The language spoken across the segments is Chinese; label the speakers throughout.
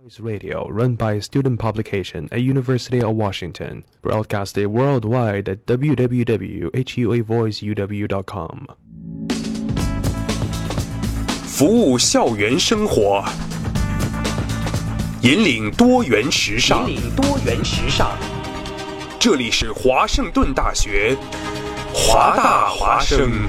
Speaker 1: News Radio, run by a student publication at University of Washington, broadcasted worldwide at E www.huavoiceuw.com。
Speaker 2: 服务校园生活，引领多元时尚。
Speaker 3: 引领多元时尚。
Speaker 2: 这里是华盛顿大学，华大华生。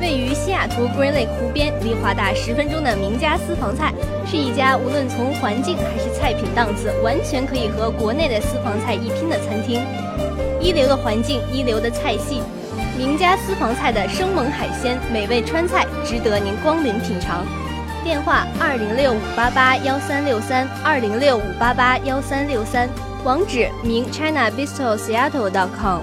Speaker 4: 位于西雅图 Green Lake 湖边，离华大十分钟的名家私房菜，是一家无论从环境还是菜品档次，完全可以和国内的私房菜一拼的餐厅。一流的环境，一流的菜系，名家私房菜的生猛海鲜、美味川菜，值得您光临品尝。电话二零六五八八幺三六三二零六五八八幺三六三，网址明 China Bistro Seattle dot com。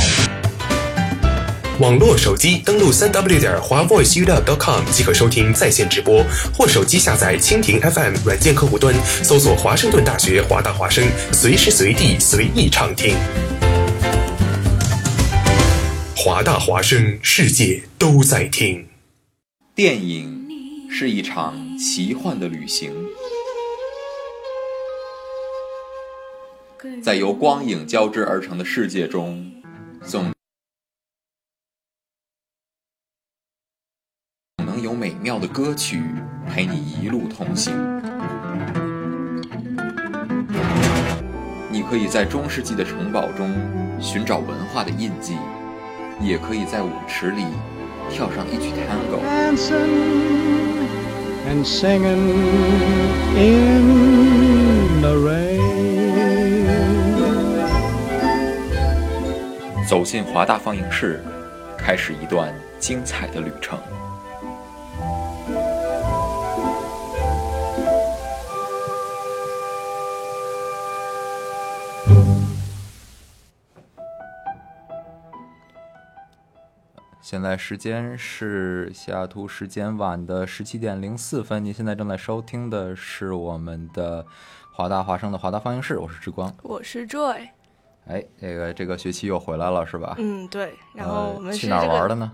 Speaker 2: 网络手机登录三 w 点华 voice u com 即可收听在线直播，或手机下载蜻蜓 FM 软件客户端，搜索华盛顿大学华大华声，随时随地随意畅听。华大华声，世界都在听。
Speaker 5: 电影是一场奇幻的旅行，在由光影交织而成的世界中，总能有美妙的歌曲陪你一路同行。你可以在中世纪的城堡中寻找文化的印记，也可以在舞池里跳上一曲 tango。
Speaker 6: dancing and singing in the rain.
Speaker 5: 走进华大放映室，开始一段精彩的旅程。现在时间是西雅图时间晚的十七点零四分。您现在正在收听的是我们的华大华生的华大放映室，我是之光。
Speaker 7: 我是 Joy，
Speaker 5: 哎，这个这个学期又回来了是吧？
Speaker 7: 嗯，对，然后
Speaker 5: 呃
Speaker 7: 我们是、
Speaker 5: 去
Speaker 7: 这
Speaker 5: 哪
Speaker 7: 个
Speaker 5: 儿玩了呢？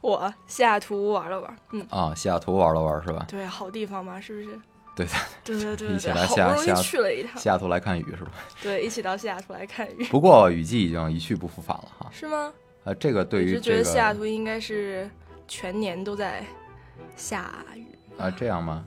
Speaker 7: 我西雅图玩了玩，嗯，
Speaker 5: 啊，西雅图玩了玩是吧？
Speaker 7: 对，好地方嘛，是不是？
Speaker 5: 对的，
Speaker 7: 对对
Speaker 5: 一
Speaker 7: 对对
Speaker 5: 起
Speaker 7: 对，
Speaker 5: 来
Speaker 7: 好
Speaker 5: 西
Speaker 7: 不
Speaker 5: 雅
Speaker 7: 容
Speaker 5: 西
Speaker 7: 易
Speaker 5: 雅
Speaker 7: 去了一趟
Speaker 5: 西，雅图来看雨是吧？
Speaker 7: 对，一起到西雅图来看雨，
Speaker 5: 不过雨季已经一去不复返了哈。
Speaker 7: 是吗？
Speaker 5: 啊，这个对
Speaker 7: 我
Speaker 5: 于
Speaker 7: 是觉
Speaker 5: 这
Speaker 7: 得西雅图
Speaker 5: 个
Speaker 7: 应该是全年都在下雨，
Speaker 5: 啊这样吗？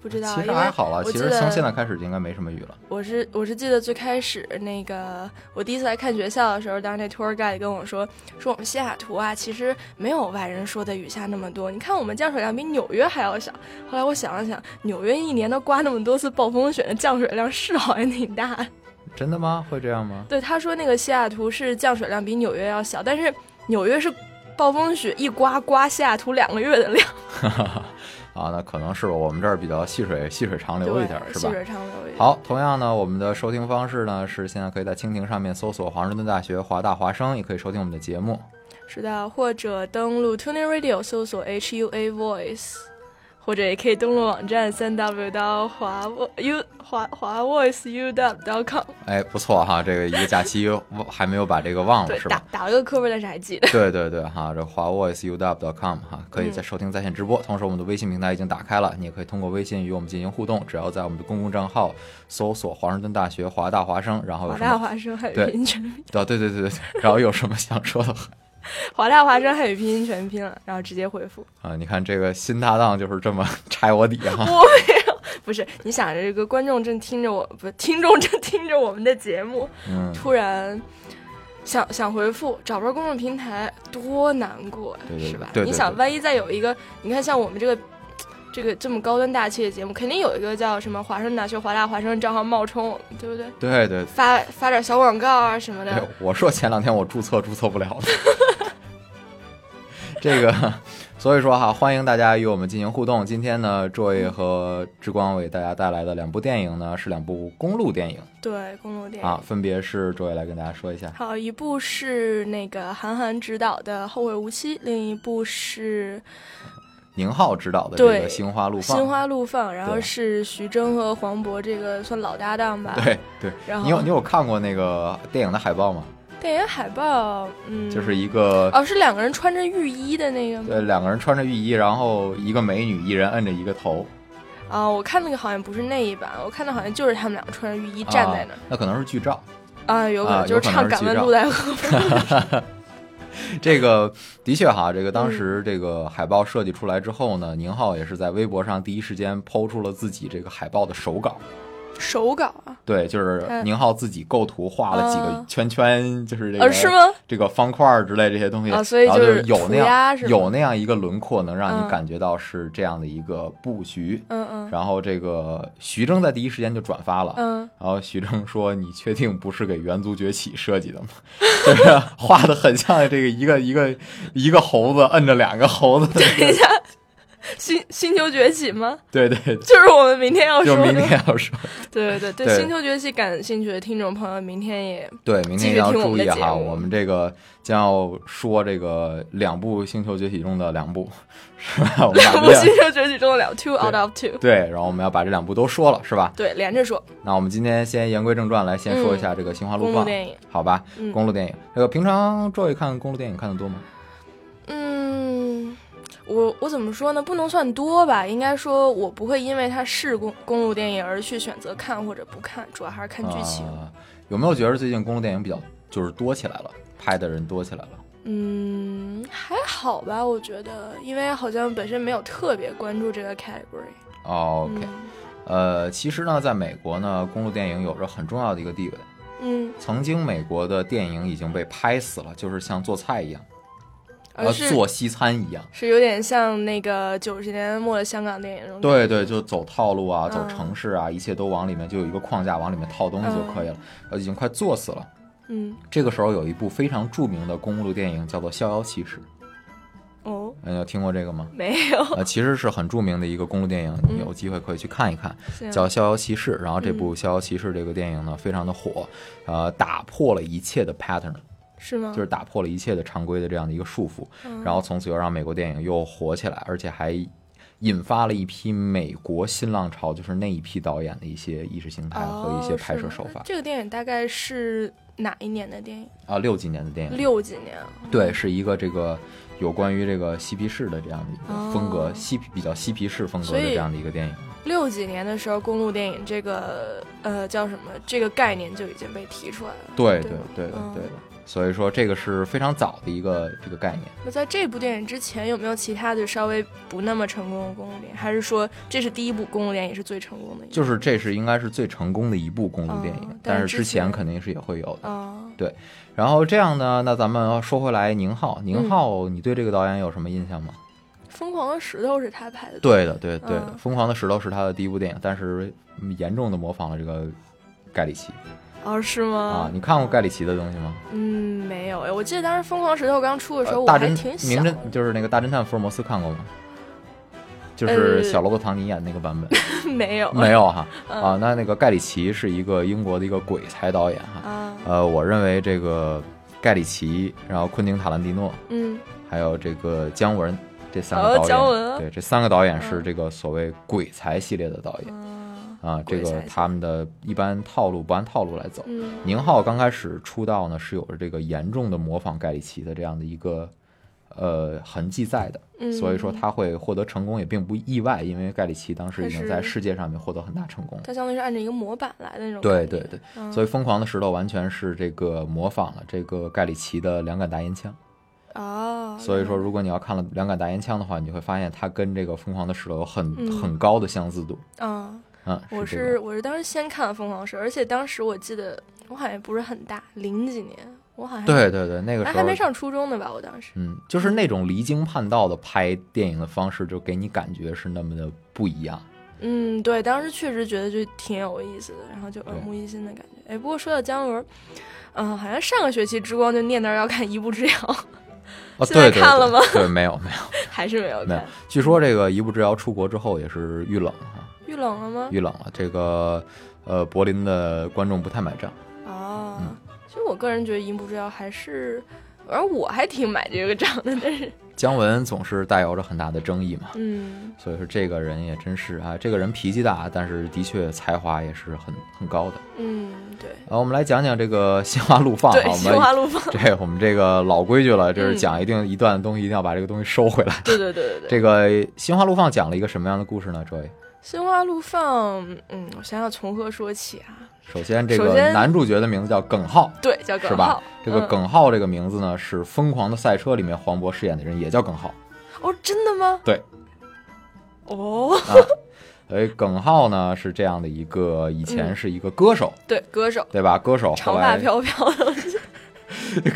Speaker 7: 不知道，
Speaker 5: 其实
Speaker 7: 因
Speaker 5: 还
Speaker 7: 为
Speaker 5: 好了，
Speaker 7: 我
Speaker 5: 其
Speaker 7: 记
Speaker 5: 实
Speaker 7: 得
Speaker 5: 从现在开始就应该没什么雨了。
Speaker 7: 我是我是记得最开始那个我第一次来看学校的时候，当时那 tour guide 跟我说，说我们西雅图啊，其实没有外人说的雨下那么多。你看我们降水量比纽约还要小。后来我想了想，纽约一年都刮那么多次暴风雪，那降水量是好像挺大的。
Speaker 5: 真的吗？会这样吗？
Speaker 7: 对，他说那个西雅图是降水量比纽约要小，但是纽约是暴风雪一刮刮西雅图两个月的量，
Speaker 5: 啊，那可能是我们这儿比较细水细水长流
Speaker 7: 对，
Speaker 5: 一点儿，是
Speaker 7: 细
Speaker 5: 吧？
Speaker 7: 水长流一点。
Speaker 5: 好，同样呢，我们的收听方式呢是现在可以在蜻蜓上面搜索华盛顿大学华大华生，也可以收听我们的节目。
Speaker 7: 是的，或者登录 TuneIn Radio 搜索 HUA Voice，或者也可以登录网站三 W 到华 vo- U 华华 Voice U W com，
Speaker 5: 哎，不错哈，这个一个假期 还没有把这个忘了
Speaker 7: 对，
Speaker 5: 是
Speaker 7: 打
Speaker 5: 吧？
Speaker 7: 打了个磕巴，但是还记 得。
Speaker 5: 对对对哈，这华 voiceuw.com 哈，可
Speaker 7: 嗯
Speaker 5: 以在收听在线直播，同时我们的微信平台已经打开了，你也可以通过微信与我们进行互动，只要在我们的公共账号搜索华盛顿大学华大华生，然后有
Speaker 7: 华
Speaker 5: 什
Speaker 7: 大
Speaker 5: 么
Speaker 7: 华声汉语
Speaker 5: 对
Speaker 7: 拼音全拼，
Speaker 5: 哦对对对对 对，然后有什么想说的话
Speaker 7: 华大华声汉语拼音全拼了，然后直接回复。
Speaker 5: 啊，你看这个新搭档就是这么 拆我底啊哈。
Speaker 7: 我没有，不是你想着这个观众正听着我，不，听众正听着我们的节目，
Speaker 5: 嗯
Speaker 7: 突然想想回复，找不着公众平台，多难过呀，
Speaker 5: 对对
Speaker 7: 是吧？
Speaker 5: 对对
Speaker 7: 你想，
Speaker 5: 对
Speaker 7: 万一再有一个，你看像我们这个。这个这么高端大气的节目，肯定有一个叫什么华盛顿大学华大华生的账号冒充我们，对不对？
Speaker 5: 对对
Speaker 7: 发发点小广告啊什么的
Speaker 5: 对，，哎我说前两天我注册注册不了的，这个，所以说哈，欢迎大家与我们进行互动。今天呢，Joy
Speaker 7: 嗯
Speaker 5: 和之光为大家带来的两部电影呢，是两部公路电影
Speaker 7: 对，公路电影。
Speaker 5: 啊，分别是 Joy 来跟大家说一下。
Speaker 7: 好，一部是那个韩寒执导的《后会无期》，另一部是
Speaker 5: 宁浩执导的这个《
Speaker 7: 对
Speaker 5: 心花怒
Speaker 7: 心
Speaker 5: 放》，
Speaker 7: 花怒放，然后
Speaker 5: 对
Speaker 7: 是徐峥和黄渤这个算老搭档吧。，
Speaker 5: 对对，
Speaker 7: 然后
Speaker 5: 你有你有看过那个电影的海报吗？
Speaker 7: 电影海报，嗯，
Speaker 5: 就是一个、
Speaker 7: 哦，是两个人穿着浴衣的那个吗？
Speaker 5: 呃两个人穿着浴衣，然后一个美女，一人摁着一个头，
Speaker 7: 啊、我看那个好像不是那一版，我看的好像就是他们俩穿着浴衣站在那
Speaker 5: 啊
Speaker 7: 儿，
Speaker 5: 那可能是剧照。
Speaker 7: 啊有可
Speaker 5: 啊
Speaker 7: 能就是
Speaker 5: 有可能
Speaker 7: 唱
Speaker 5: 是
Speaker 7: 《敢问
Speaker 5: 剧照
Speaker 7: 路在何 方》
Speaker 5: 这个的确哈，这个当时这个海报设计出来之后呢，宁浩也是在微博上第一时间抛出了自己这个海报的手稿。
Speaker 7: 手稿啊，
Speaker 5: 对，就是
Speaker 7: 嗯
Speaker 5: 宁浩自己构图画了几个
Speaker 7: 啊
Speaker 5: 圈圈，就是这个、
Speaker 7: 呃是吗？
Speaker 5: 这个方块儿之类这些东西，
Speaker 7: 啊所以
Speaker 5: 然后
Speaker 7: 就
Speaker 5: 就是有那
Speaker 7: 涂鸦是
Speaker 5: 样
Speaker 7: 吗
Speaker 5: 有那样一个轮廓，能让你
Speaker 7: 嗯
Speaker 5: 感觉到是这样的一个布局。
Speaker 7: 嗯嗯
Speaker 5: 然后这个徐峥在第一时间就转发了，
Speaker 7: 嗯，
Speaker 5: 然后徐峥说：“你确定不是给《猿族崛起》设计的吗？ 就是画的很像这个一个一个一个猴子摁着两个猴子的那个。
Speaker 7: 星星球崛起吗？
Speaker 5: 对对对，
Speaker 7: 就是我们明天要
Speaker 5: 就
Speaker 7: 说的，
Speaker 5: 明天要说，
Speaker 7: 对对对，
Speaker 5: 对
Speaker 7: 对星球崛起感兴趣的听众朋友，明天也
Speaker 5: 对，明
Speaker 7: 继
Speaker 5: 天
Speaker 7: 续
Speaker 5: 要
Speaker 7: 听我
Speaker 5: 注
Speaker 7: 们
Speaker 5: 意
Speaker 7: 的节
Speaker 5: 哈，
Speaker 7: 目
Speaker 5: 我们这个将要说这个两部《星球崛起》中的两部， 是吧？我们把
Speaker 7: 两
Speaker 5: 这
Speaker 7: 部 星球崛起中的两 two out of two，
Speaker 5: 啊对，然后我们要把这两部都说了，是吧？
Speaker 7: 对，连着说，
Speaker 5: 那我们今天先言归正传，来先说一下这个《心花怒
Speaker 7: 嗯公
Speaker 5: 放
Speaker 7: 路》电影
Speaker 5: 好吧？
Speaker 7: 嗯
Speaker 5: 公路电影，这个平常 Joy 看公路电影看的多吗？
Speaker 7: 嗯，我我怎么说呢？不能算多吧，应该说我不会因为它是公公路电影而去选择看或者不看，主要还是看剧情。
Speaker 5: 啊有没有觉得最近公路电影比较就是多起来了，拍的人多起来了？
Speaker 7: 嗯，还好吧，我觉得，因为好像本身没有特别关注这个 category。
Speaker 5: 哦 OK，、
Speaker 7: 嗯
Speaker 5: 呃，其实呢，在美国呢，公路电影有着很重要的一个地位。
Speaker 7: 嗯，
Speaker 5: 曾经美国的电影已经被拍死了，就是像做菜一样，
Speaker 7: 而
Speaker 5: 呃，
Speaker 7: 是
Speaker 5: 做西餐一样。
Speaker 7: 是有点像那个九十年代末的香港电影那种。
Speaker 5: 对对，就走套路啊，
Speaker 7: 嗯
Speaker 5: 走城市啊，一切都往里面就有一个框架，往里面套东西就可以了。呃，已经快做死了。
Speaker 7: 嗯，
Speaker 5: 这个时候有一部非常著名的公路电影叫做《逍遥骑士》，
Speaker 7: 哦，
Speaker 5: 嗯，有听过这个吗？
Speaker 7: 没有，
Speaker 5: 呃，其实是很著名的一个公路电影，你有机会可以去看一看，
Speaker 7: 行
Speaker 5: 叫《逍遥骑士》。然后这部《逍遥骑士》这个电影呢，非常的火，呃，打破了一切的 pattern，
Speaker 7: 是吗？
Speaker 5: 就是打破了一切的常规的这样的一个束缚，
Speaker 7: 嗯
Speaker 5: 然后从此又让美国电影又火起来，而且还引发了一批美国新浪潮，就是那一批导演的一些意识形态和一些
Speaker 7: 哦
Speaker 5: 拍
Speaker 7: 是
Speaker 5: 摄
Speaker 7: 吗
Speaker 5: 手法
Speaker 7: 这个电影大概是哪一年的电影？
Speaker 5: 啊，六几年的电影，
Speaker 7: 六几年啊。
Speaker 5: 对，是一个这个有关于这个嬉皮士的这样的一个风格，
Speaker 7: 哦
Speaker 5: 嬉皮比较嬉皮士风格
Speaker 7: 所
Speaker 5: 的
Speaker 7: 以
Speaker 5: 这样的一个电影。
Speaker 7: 六几年的时候，公路电影这个呃叫什么？这个概念就已经被提出来了。
Speaker 5: 对对
Speaker 7: 对
Speaker 5: 对的
Speaker 7: 嗯
Speaker 5: 对的，所以说这个是非常早的一个这个概念。
Speaker 7: 那在这部电影之前，有没有其他的稍微不那么成功的公路电影？还是说这是第一部公路电影，也是最成功的一部？
Speaker 5: 就是是这是应该是最成功的一部公路电影，
Speaker 7: 嗯
Speaker 5: 但
Speaker 7: 但
Speaker 5: 是
Speaker 7: 是
Speaker 5: 之
Speaker 7: 之前
Speaker 5: 前肯定是也会有的。
Speaker 7: 啊，
Speaker 5: 然后这样呢，那咱们说回来，宁
Speaker 7: 嗯
Speaker 5: 浩，宁浩，你对这个导演有什么印象吗？
Speaker 7: 疯狂的石头》是他拍的。，
Speaker 5: 对的，对的对的，
Speaker 7: 嗯
Speaker 5: 疯狂的石头》是他的第一部电影，但是嗯严重的模仿了这个盖里奇。
Speaker 7: 哦，是
Speaker 5: 啊
Speaker 7: 吗？。
Speaker 5: 你看过盖里奇的东西吗？
Speaker 7: 嗯，没有哎，我记得当时《疯狂石头》刚出的时候，
Speaker 5: 呃
Speaker 7: 我
Speaker 5: 大
Speaker 7: 还
Speaker 5: 侦
Speaker 7: 挺小
Speaker 5: 名。侦就是那个大侦探福尔摩斯看过吗？就
Speaker 7: 呃
Speaker 5: 是小罗伯·唐尼演那个版 本，
Speaker 7: 没有，
Speaker 5: 没有哈
Speaker 7: 嗯
Speaker 5: 啊。那那个盖里奇是一个英国的一个鬼才导演哈。
Speaker 7: 啊，
Speaker 5: 呃，我认为这个盖里奇，然后昆汀·塔兰蒂诺，
Speaker 7: 嗯，
Speaker 5: 还有这个姜文这三
Speaker 7: 哦
Speaker 5: 个导演，
Speaker 7: 姜文啊
Speaker 5: 对这三个导演是
Speaker 7: 嗯
Speaker 5: 这个所谓鬼才系列的导演、
Speaker 7: 啊
Speaker 5: 啊，这
Speaker 7: 鬼才
Speaker 5: 个
Speaker 7: 系
Speaker 5: 他们的一般套路不按套路来走。
Speaker 7: 嗯，
Speaker 5: 宁浩刚开始出道呢，是有着这个严重的模仿盖里奇的这样的一个呃痕迹在的，
Speaker 7: 嗯
Speaker 5: 所以说他会获得成功也并不意外，因为盖里奇当时已经在
Speaker 7: 他是
Speaker 5: 世界上面获得很大成功了。
Speaker 7: 它相当于是按照一个模板来的那种感
Speaker 5: 对
Speaker 7: 觉。
Speaker 5: 对对，
Speaker 7: 嗯，
Speaker 5: 所以《疯狂的石头》完全是这个模仿了这个盖里奇的两杆大烟枪。
Speaker 7: 哦，
Speaker 5: 所以说，如果你要看了《两杆大烟枪》的话，你会发现它跟这个《疯狂的石头》有很、
Speaker 7: 嗯
Speaker 5: 很高的相似度。
Speaker 7: 嗯，
Speaker 5: 嗯，
Speaker 7: 我
Speaker 5: 是这
Speaker 7: 是
Speaker 5: 个
Speaker 7: 我是当时先看了《疯狂石》，而且当时我记得我好像也不是很大，零几年，我好像
Speaker 5: 对对对，那个时
Speaker 7: 还
Speaker 5: 候
Speaker 7: 还没上初中呢吧？我当时
Speaker 5: 嗯，就是那种离经叛道的拍电影的方式，就给你感觉是那么的不一样。
Speaker 7: 嗯，对，当时确实觉得就挺有意思的，然后就耳
Speaker 5: 对
Speaker 7: 目一新的感觉。哎，不过说到姜文，嗯、好像上个学期之光就念叨要看《一步之遥》，
Speaker 5: 哦，
Speaker 7: 现在
Speaker 5: 对对
Speaker 7: 看了吗
Speaker 5: 对，对没有没有
Speaker 7: 还是没有
Speaker 5: 没有
Speaker 7: 看。。
Speaker 5: 据说这个《一步之遥》出国之后也是遇冷了哈，
Speaker 7: 遇冷了吗？
Speaker 5: 遇冷了。这个呃，柏林的观众不太买账。
Speaker 7: 哦，
Speaker 5: 嗯
Speaker 7: 其实我个人觉得《一步之遥》还是，而我还挺买这个账的，但是，
Speaker 5: 姜文总是带有着很大的争议嘛，
Speaker 7: 嗯，
Speaker 5: 所以说这个人也真是啊，这个人脾气大，但是的确才华也是很很高的。
Speaker 7: 嗯，对，
Speaker 5: 啊，我们来讲讲这个心花怒放啊，
Speaker 7: 对，
Speaker 5: 我
Speaker 7: 心花
Speaker 5: 们
Speaker 7: 怒放，
Speaker 5: 这我们这个老规矩了，就是
Speaker 7: 嗯
Speaker 5: 讲一定一段东西，一定要把这个东西收回来。
Speaker 7: 对对对对对，
Speaker 5: 这个心花怒放讲了一个什么样的故事呢？这位，
Speaker 7: 心花怒放，嗯，我想想从何说起啊？
Speaker 5: 首先这
Speaker 7: 首
Speaker 5: 个
Speaker 7: 先
Speaker 5: 男主角的名字叫耿浩，
Speaker 7: 对，叫耿
Speaker 5: 是吧
Speaker 7: 浩，？
Speaker 5: 这个
Speaker 7: 嗯
Speaker 5: 耿浩这个名字呢，是《疯狂的赛车》里面黄渤饰演的人也叫耿浩。
Speaker 7: 哦，真的吗？
Speaker 5: 对，
Speaker 7: 哦，
Speaker 5: 所以耿浩呢是这样的一个，以前是一个歌手，
Speaker 7: 对，歌手，
Speaker 5: 对吧？歌手
Speaker 7: 长
Speaker 5: 后
Speaker 7: 发
Speaker 5: 来
Speaker 7: 飘飘的，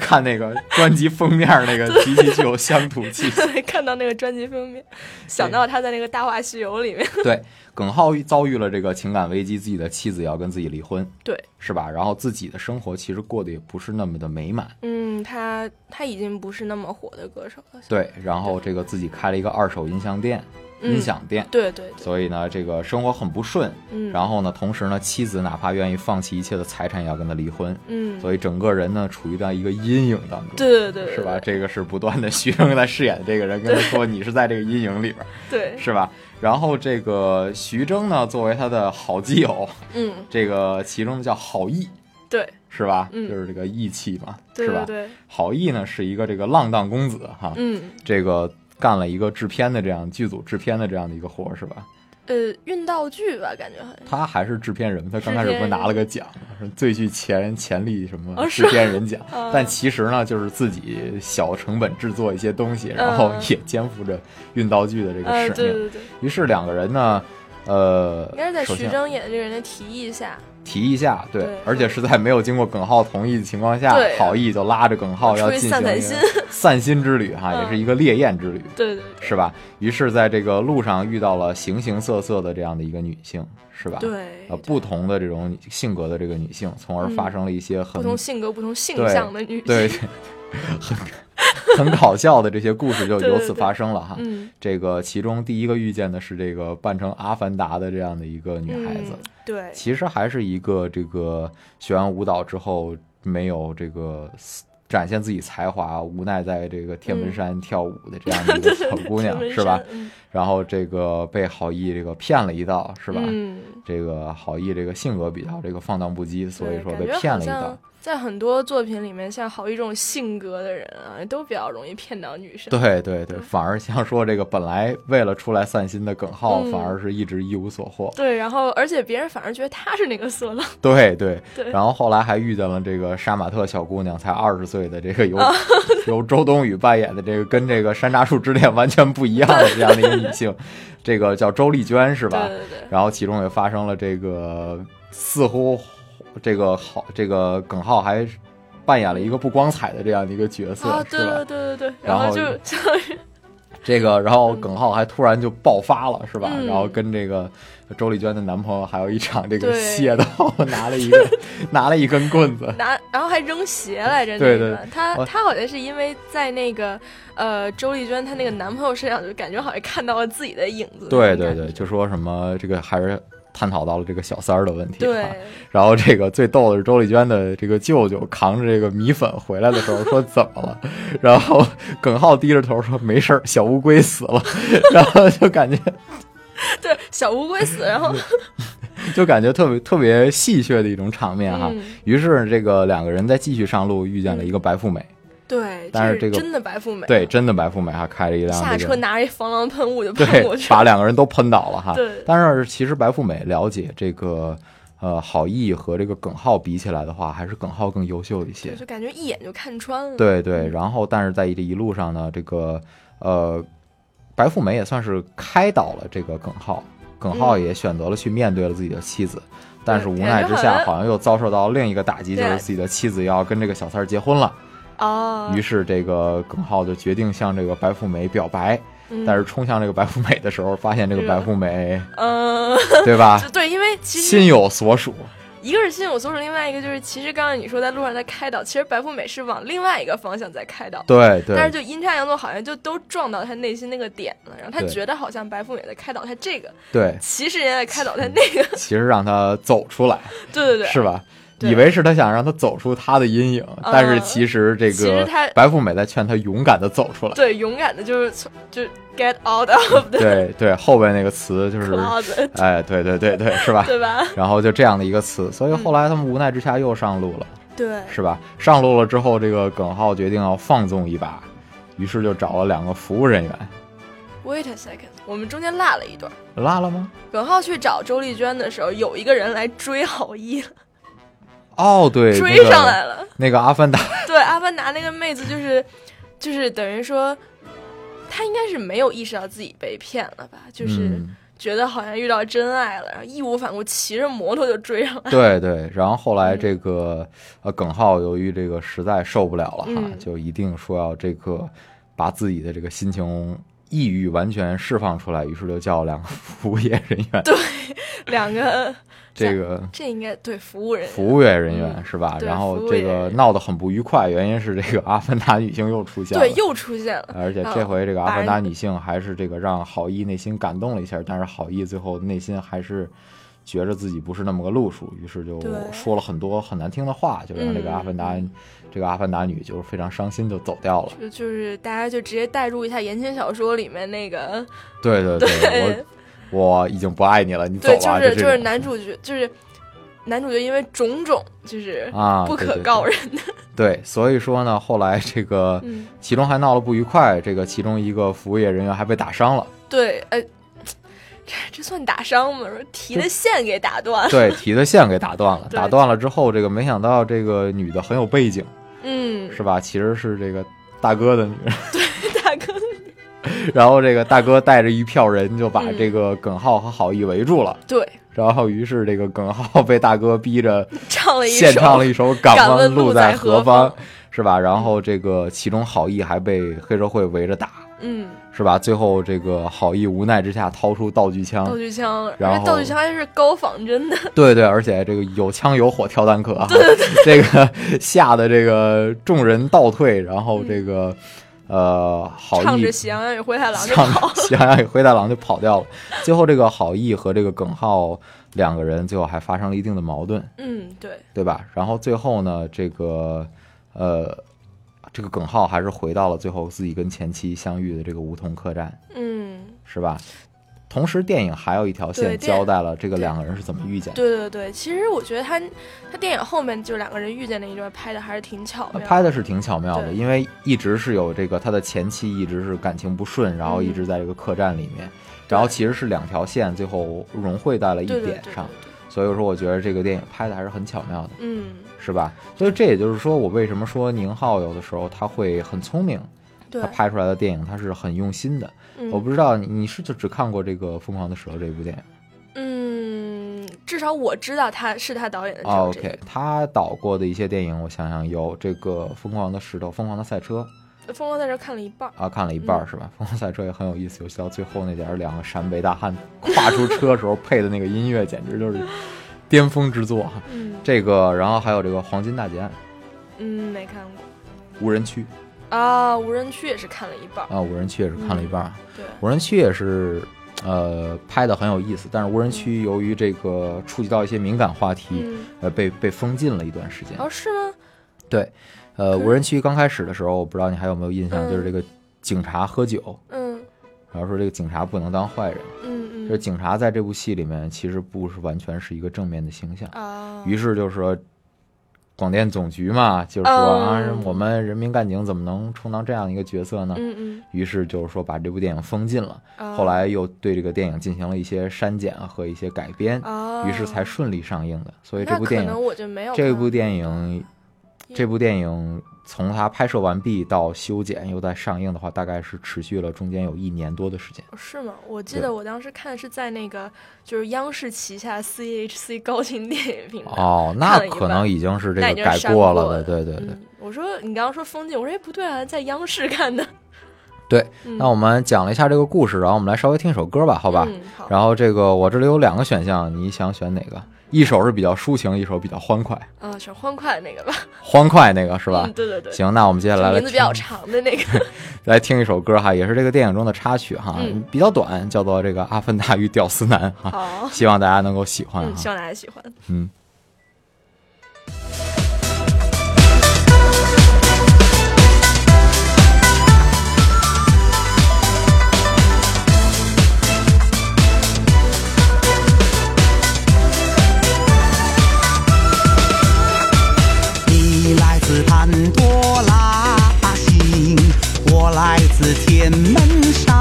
Speaker 5: 看那个专辑封面那 个极其具有乡土气息。
Speaker 7: 看到那个专辑封面，想到他在那个《大话西游》里面，
Speaker 5: 对，耿浩遭遇了这个情感危机，自己的妻子要跟自己离婚，
Speaker 7: 对，
Speaker 5: 是吧？然后自己的生活其实过得也不是那么的美满，
Speaker 7: 嗯，他他已经不是那么火的歌手了，
Speaker 5: 对。然后这个自己开了一个二手音像店，
Speaker 7: 嗯
Speaker 5: 音响店，
Speaker 7: 对对对，
Speaker 5: 所以呢，这个生活很不顺。
Speaker 7: 嗯，
Speaker 5: 然后呢，同时呢，妻子哪怕愿意放弃一切的财产，也要跟他离婚，
Speaker 7: 嗯，
Speaker 5: 所以整个人呢，处于在一个阴影当中。
Speaker 7: 对对对，对
Speaker 5: 是吧？？这个是不断的 徐峥在饰演的这个人跟他说：“你是在这个阴影里边儿，
Speaker 7: 对，
Speaker 5: 是吧？”然后这个徐峥呢，作为他的好基友，
Speaker 7: 嗯，
Speaker 5: 这个其中叫好逸，
Speaker 7: 对，
Speaker 5: 是吧？
Speaker 7: 嗯
Speaker 5: 就是这个义气嘛，
Speaker 7: 对
Speaker 5: 是
Speaker 7: 对
Speaker 5: 吧？
Speaker 7: 对，
Speaker 5: 好逸呢是一个这个浪荡公子哈，
Speaker 7: 嗯，
Speaker 5: 这个干了一个制片的这样剧组制片的这样的一个活儿是吧？
Speaker 7: 呃，运道具吧，感觉好像。
Speaker 5: 他还是制片人，他刚开始
Speaker 7: 制片
Speaker 5: 不是
Speaker 7: 人
Speaker 5: 拿了个奖吗，是最具潜潜力什么
Speaker 7: 哦是
Speaker 5: 制
Speaker 7: 吗
Speaker 5: 片人奖，
Speaker 7: 啊
Speaker 5: 但其实呢就是自己小成本制作一些东西，然后
Speaker 7: 嗯
Speaker 5: 也肩负着运道具的这个
Speaker 7: 呃，
Speaker 5: 使
Speaker 7: 对
Speaker 5: 命。
Speaker 7: 对对，
Speaker 5: 于是两个人呢，呃，
Speaker 7: 应该是在
Speaker 5: 首
Speaker 7: 徐
Speaker 5: 先
Speaker 7: 峥演的这个人的提议下，
Speaker 5: 提一下，对，
Speaker 7: 对
Speaker 5: 而且是在没有经过耿浩同意的情况下
Speaker 7: 对，
Speaker 5: 郝毅就拉着耿浩要
Speaker 7: 出去
Speaker 5: 进行
Speaker 7: 散散
Speaker 5: 一个 散心之旅哈，
Speaker 7: 嗯
Speaker 5: 也是一个烈焰之旅，
Speaker 7: 对对对
Speaker 5: 是吧？于是在这个路上遇到了形形色色的这样的一个女性，是吧？
Speaker 7: 对
Speaker 5: 呃，不同的这种女性格的这个女性，从而发生了一些很
Speaker 7: 嗯不同性格、不同性
Speaker 5: 对
Speaker 7: 向的女性，
Speaker 5: 对 很很搞笑的这些故事 就
Speaker 7: 对
Speaker 5: 由
Speaker 7: 对
Speaker 5: 此
Speaker 7: 对
Speaker 5: 发生了哈。
Speaker 7: 嗯
Speaker 5: 这个其中第一个遇见的是这个扮成阿凡达的这样的一个女孩子，
Speaker 7: 嗯，对，
Speaker 5: 其实还是一个这个学完舞蹈之后没有这个展现自己才华，无奈在这个天门山跳舞的这样的一个小姑 娘，
Speaker 7: 陈文
Speaker 5: 是吧
Speaker 7: 山？？嗯
Speaker 5: 然后这个被郝毅这个骗了一道，是吧？
Speaker 7: 嗯，
Speaker 5: 这个郝毅这个性格比较这个放荡不羁，所以
Speaker 7: 对
Speaker 5: 说
Speaker 7: 感
Speaker 5: 被
Speaker 7: 觉
Speaker 5: 骗
Speaker 7: 好
Speaker 5: 了一道
Speaker 7: 像。在很多作品里面，像郝一这种性格的人啊，都比较容易骗到女生。
Speaker 5: 对对
Speaker 7: 嗯
Speaker 5: 对，反而像说这个本来为了出来散心的耿浩，
Speaker 7: 嗯
Speaker 5: 反而是一直一无所获。
Speaker 7: 对，然后而且别人反而觉得他是那个色狼，
Speaker 5: 对对，
Speaker 7: 对
Speaker 5: 然后后来还遇见了这个杀马特小姑娘，才二十岁的这个由、
Speaker 7: 哦
Speaker 5: 由周冬雨扮演的这个跟这个《山楂树之恋》完全不一样的这样的一个女 性，这个叫周丽娟是
Speaker 7: 对
Speaker 5: 吧？
Speaker 7: 对对，
Speaker 5: 然后其中也发生了这个似乎这个好这个耿浩还扮演了一个不光彩的这样的一个角色，
Speaker 7: 啊，
Speaker 5: 是
Speaker 7: 对
Speaker 5: 吧？
Speaker 7: 对对对对，
Speaker 5: 然
Speaker 7: 后
Speaker 5: 后
Speaker 7: 就相当于
Speaker 5: 这个，然后耿浩还突然就爆发了，是吧？
Speaker 7: 嗯
Speaker 5: 然后跟这个周丽娟的男朋友还有一场这个
Speaker 7: 对
Speaker 5: 械斗， 拿了一个拿了一根棍子，
Speaker 7: 拿， 然后还扔鞋来着。
Speaker 5: 对
Speaker 7: 那个
Speaker 5: 对
Speaker 7: 她
Speaker 5: 我
Speaker 7: 她好像是因为在那个呃周丽娟她那个男朋友身上，就感觉好像看到了自己的影子。
Speaker 5: 对对对，，就说什么这个还是探讨到了这个小三儿的问题、啊。
Speaker 7: 对，
Speaker 5: 然后这个最逗的是周丽娟的这个舅舅扛着这个米粉回来的时候说怎么了，然后耿浩低着头说没事儿，小乌龟死了， 然后就感觉
Speaker 7: 对，小乌龟死，然后
Speaker 5: 就感觉特别特别戏谑的一种场面哈。
Speaker 7: 嗯
Speaker 5: 于是这个两个人再继续上路，遇见了一个白富美，
Speaker 7: 对，
Speaker 5: 但是
Speaker 7: 这
Speaker 5: 这个
Speaker 7: 真的白富美，
Speaker 5: 对，，真的白富美哈，开着一辆、这
Speaker 7: 下
Speaker 5: 个、
Speaker 7: 车拿着一防狼喷雾 就喷过
Speaker 5: 对，
Speaker 7: 去，
Speaker 5: 把两个人都喷倒了哈。
Speaker 7: 对
Speaker 5: 但是其实白富美了解这个。呃，郝毅和这个耿浩比起来的话，还是耿浩更优秀一些
Speaker 7: 对，。就感觉一眼就看穿了。
Speaker 5: 对对，然后但是在这一路上呢，这个呃，白富美也算是开导了这个耿浩，耿浩也选择了去面对了自己的妻子，但是无奈之
Speaker 7: 嗯感觉好
Speaker 5: 下，
Speaker 7: 像
Speaker 5: 好像又遭受到另一个打击，就
Speaker 7: 对
Speaker 5: 是自己的妻子要跟这个小三儿结婚了。
Speaker 7: 哦
Speaker 5: 于，是这个耿浩就决定向这个白富美表白，
Speaker 7: 嗯
Speaker 5: 但是冲向这个白富美的时候，发现这个
Speaker 7: 是
Speaker 5: 白富美，
Speaker 7: 嗯， ？
Speaker 5: 对吧
Speaker 7: 就对，因为其实
Speaker 5: 心有所属，
Speaker 7: 一个是心有所属，另外一个就是，其实刚才你说在路上在开导，其实白富美是往另外一个方向在开导，
Speaker 5: 对对。
Speaker 7: 但是就阴差阳错，好像就都撞到他内心那个点了，然后他
Speaker 5: 对
Speaker 7: 觉得好像白富美在开导他这个，
Speaker 5: 对，
Speaker 7: 其实人家在开导他那个，
Speaker 5: 其实让他走出来，
Speaker 7: 对 对对，
Speaker 5: 是吧？
Speaker 7: 对嗯
Speaker 5: 以为是他想让他走出他的阴影，但是其实这
Speaker 7: 其实
Speaker 5: 个
Speaker 7: 他
Speaker 5: 白富美在劝他勇敢的走出来。
Speaker 7: 对，勇敢的就是从就是 get out of the
Speaker 5: 对对，后边那个词就是
Speaker 7: closet，
Speaker 5: 哎，对对对对，是吧？
Speaker 7: 对嗯吧？
Speaker 5: 然后就这样的一个词，所以后来他们无奈之下又上路了，
Speaker 7: 对，
Speaker 5: 是吧？上路了之后，这个耿浩决定要放纵一把，于是就找了两个服务人员，
Speaker 7: Wait a second，我们中间落了一段。
Speaker 5: 拉了吗？
Speaker 7: 耿浩去找周丽娟的时候，有一个人来追郝一了，
Speaker 5: 哦，对，
Speaker 7: 追
Speaker 5: 那个
Speaker 7: 上来了。
Speaker 5: 那个阿凡达，
Speaker 7: 对，阿凡达那个妹子就是，就是等于说，她应该是没有意识到自己被骗了吧？就是
Speaker 5: 嗯
Speaker 7: 觉得好像遇到真爱了，然后义无反顾骑着摩托就追上来。
Speaker 5: 对对，然后后
Speaker 7: 嗯
Speaker 5: 来这个呃，耿浩由于这个实在受不了了哈，
Speaker 7: 嗯
Speaker 5: 就一定说要这个把自己的这个心情抑郁完全释放出来，于是就叫两个服务业人员，
Speaker 7: 两个，
Speaker 5: 这个
Speaker 7: 这应该对服务人员
Speaker 5: 服务业人员是吧？
Speaker 7: 嗯对
Speaker 5: 然
Speaker 7: 服
Speaker 5: 后
Speaker 7: 务
Speaker 5: 这
Speaker 7: 业人
Speaker 5: 个
Speaker 7: 员
Speaker 5: 闹得很不愉快，原因是这个阿凡达女性又出现了哎
Speaker 7: 对。又出现了。
Speaker 5: 而且这
Speaker 7: 嗯
Speaker 5: 回这个阿
Speaker 7: 把
Speaker 5: 凡达
Speaker 7: 人
Speaker 5: 女性还是这个让郝毅内心感动了一下，但是郝毅最后内心还是觉着自己不是那么个路数，于是就
Speaker 7: 对嗯
Speaker 5: 说了很多很难听的话，就让这个阿凡达、这个阿凡达女就是非常伤心就走掉了。
Speaker 7: 就就是大家就直接代入一下言情小说里面那个，
Speaker 5: 对对对，哎 我我已经不爱你了，你走
Speaker 7: 对，就
Speaker 5: 吧，
Speaker 7: 是
Speaker 5: 这
Speaker 7: 就是
Speaker 5: 种
Speaker 7: 男主角就是男主角因为种种就是
Speaker 5: 啊
Speaker 7: 不
Speaker 5: 对
Speaker 7: 可
Speaker 5: 对
Speaker 7: 告人的，
Speaker 5: 对，所以说呢，后来这个、
Speaker 7: 嗯
Speaker 5: 其中还闹了不愉快，这个其中一个服务业人员还被打伤了。
Speaker 7: 对，呃， 这这算打伤吗？说提的线给打断，
Speaker 5: 对，提的线给打断了，
Speaker 7: 对
Speaker 5: 打断了之后，这个没想到这个女的很有背景，
Speaker 7: 嗯，
Speaker 5: 是吧？其实是这个大哥的女人，
Speaker 7: 大哥，
Speaker 5: 然后这个大哥带着一票人就把
Speaker 7: 嗯
Speaker 5: 这个耿浩和郝毅围住了，
Speaker 7: 对，
Speaker 5: 然后于是这个耿浩被大哥逼着
Speaker 7: 唱了一首，
Speaker 5: 献唱了一首《
Speaker 7: 敢
Speaker 5: 问
Speaker 7: 问
Speaker 5: 路
Speaker 7: 路
Speaker 5: 在
Speaker 7: 在
Speaker 5: 何
Speaker 7: 何
Speaker 5: 方
Speaker 7: 方》，
Speaker 5: 是吧？然后这个其中郝毅还被黑社会围着打，
Speaker 7: 嗯，
Speaker 5: 是吧？最后这个郝毅无奈之下掏出道具枪
Speaker 7: 道，具枪，
Speaker 5: 啊然
Speaker 7: 而
Speaker 5: 后
Speaker 7: 且道具枪还是高仿真的，
Speaker 5: 对对，而且这个有枪有火跳弹壳啊，这个吓得这个众人倒退，然后这个呃郝
Speaker 7: 唱
Speaker 5: 毅
Speaker 7: 着《喜羊羊与灰太狼》就
Speaker 5: 唱
Speaker 7: 跑，
Speaker 5: 喜羊羊与灰太狼就跑掉了。最后这个郝毅和这个耿浩两个人最后还发生了一定的矛盾，
Speaker 7: 嗯，对，
Speaker 5: 对吧？然后最后呢，这个呃，这个耿浩还是回到了最后自己跟前妻相遇的这个梧桐客栈，
Speaker 7: 嗯，
Speaker 5: 是吧？同时，电影还有一条线
Speaker 7: 对电
Speaker 5: 交代了这个
Speaker 7: 对
Speaker 5: 两个人是怎么遇见的。
Speaker 7: 对对对，其实我觉得他他电影后面就两个人遇见那一段拍的还是挺巧
Speaker 5: 呃
Speaker 7: 妙，
Speaker 5: 拍的是挺巧妙的，
Speaker 7: 对
Speaker 5: 因为一直是有这个他的前妻一直是感情不顺，然后
Speaker 7: 嗯
Speaker 5: 一直在这个客栈里面，然后其实是两条线最后融汇在了一
Speaker 7: 对对
Speaker 5: 点
Speaker 7: 对
Speaker 5: 上
Speaker 7: 对，对
Speaker 5: 所以说我觉得这个电影拍的还是很巧妙的，
Speaker 7: 嗯，
Speaker 5: 是吧？所以这也就是说，我为什么说宁浩有的时候他会很聪明，
Speaker 7: 对
Speaker 5: 他，拍出来的电影他是很用心的。
Speaker 7: 嗯
Speaker 5: 我不知道你你是就只看过这个《疯狂的蛇》这部电影
Speaker 7: 嗯，至少我知道他是他导演的这
Speaker 5: 啊
Speaker 7: 个这个
Speaker 5: ？OK，他导过的一些电影，我想想有这个《疯狂的石头》《疯狂的赛车》
Speaker 7: 疯狂在这儿看了一半儿，
Speaker 5: 啊，看了一半儿是吧？《疯狂赛车》也很有意思，尤其到最后那点儿，两个陕北大汉跨出车的时候配的那个音乐，简直就是巅峰之作哈。
Speaker 7: 嗯
Speaker 5: 这个，然后还有这个《黄金大劫案
Speaker 7: 嗯，没看过》
Speaker 5: 无人区
Speaker 7: 啊，无人区也是看了一半儿，
Speaker 5: 啊，无人区也是看了一半儿，
Speaker 7: 对，
Speaker 5: 无人区也是。呃，拍的很有意思，但是无人区由于这个触及到一些敏感话题，
Speaker 7: 嗯，
Speaker 5: 呃，被被封禁了一段时间。
Speaker 7: 哦，是吗？
Speaker 5: 呃，
Speaker 7: 可
Speaker 5: 无人区刚开始的时候，我不知道你还有没有印象，
Speaker 7: 嗯
Speaker 5: 就是这个警察喝酒，
Speaker 7: 嗯
Speaker 5: 然后说这个警察不能当坏人，就
Speaker 7: 嗯
Speaker 5: 是
Speaker 7: 嗯，
Speaker 5: 警察在这部戏里面其实不是完全是一个正面的形象。
Speaker 7: 啊，
Speaker 5: 于是就是说，广电总局嘛，就是说啊
Speaker 7: 嗯，
Speaker 5: 我们人民干警怎么能充当这样一个角色呢？
Speaker 7: 嗯
Speaker 5: 于是就是说把这部电影封禁了，
Speaker 7: 嗯，啊
Speaker 5: 后来又对这个电影进行了一些删减和一些改编，
Speaker 7: 啊，
Speaker 5: 于是才顺利上映的。所以这
Speaker 7: 那
Speaker 5: 部
Speaker 7: 可
Speaker 5: 电
Speaker 7: 能
Speaker 5: 影，
Speaker 7: 我就没有
Speaker 5: 这
Speaker 7: 看
Speaker 5: 部电影，这部电影从它拍摄完毕到修剪又再上映的话，大概是持续了中间有一年多的时间。
Speaker 7: 是吗？我记
Speaker 5: 对
Speaker 7: 得我当时看是在那个就是央视旗下 CHC 高清电影频道。
Speaker 5: 哦，那
Speaker 7: 看了一
Speaker 5: 可
Speaker 7: 半
Speaker 5: 能已经是这
Speaker 7: 那
Speaker 5: 个
Speaker 7: 已经
Speaker 5: 改
Speaker 7: 删
Speaker 5: 过
Speaker 7: 过
Speaker 5: 了
Speaker 7: 了
Speaker 5: 的，对对对。
Speaker 7: 嗯，我说你刚刚说封禁，我说哎不对啊，在央视看的。
Speaker 5: 对
Speaker 7: 嗯，
Speaker 5: 那我们讲了一下这个故事，然后我们来稍微听首歌吧，好吧？
Speaker 7: 嗯，好。
Speaker 5: 然后这个我这里有两个选项，你想选哪个？一首是比较抒情，一首比较欢快，
Speaker 7: 嗯，选欢快的那个吧，
Speaker 5: 欢快那个是吧
Speaker 7: 嗯，？对对对，
Speaker 5: 行，那我们接下
Speaker 7: 就
Speaker 5: 来来
Speaker 7: 名字比
Speaker 5: 听
Speaker 7: 较长的 那个。
Speaker 5: 来听一首歌哈，也是这个电影中的插曲哈，
Speaker 7: 嗯
Speaker 5: 比较短，叫做这个《阿凡达与屌丝男》哈，
Speaker 7: 好，
Speaker 5: 希望大家能够喜欢
Speaker 7: 嗯，希
Speaker 5: 哈。
Speaker 7: 望大家喜欢。
Speaker 5: 嗯，
Speaker 3: 你来自潘多拉星，我来自天门山。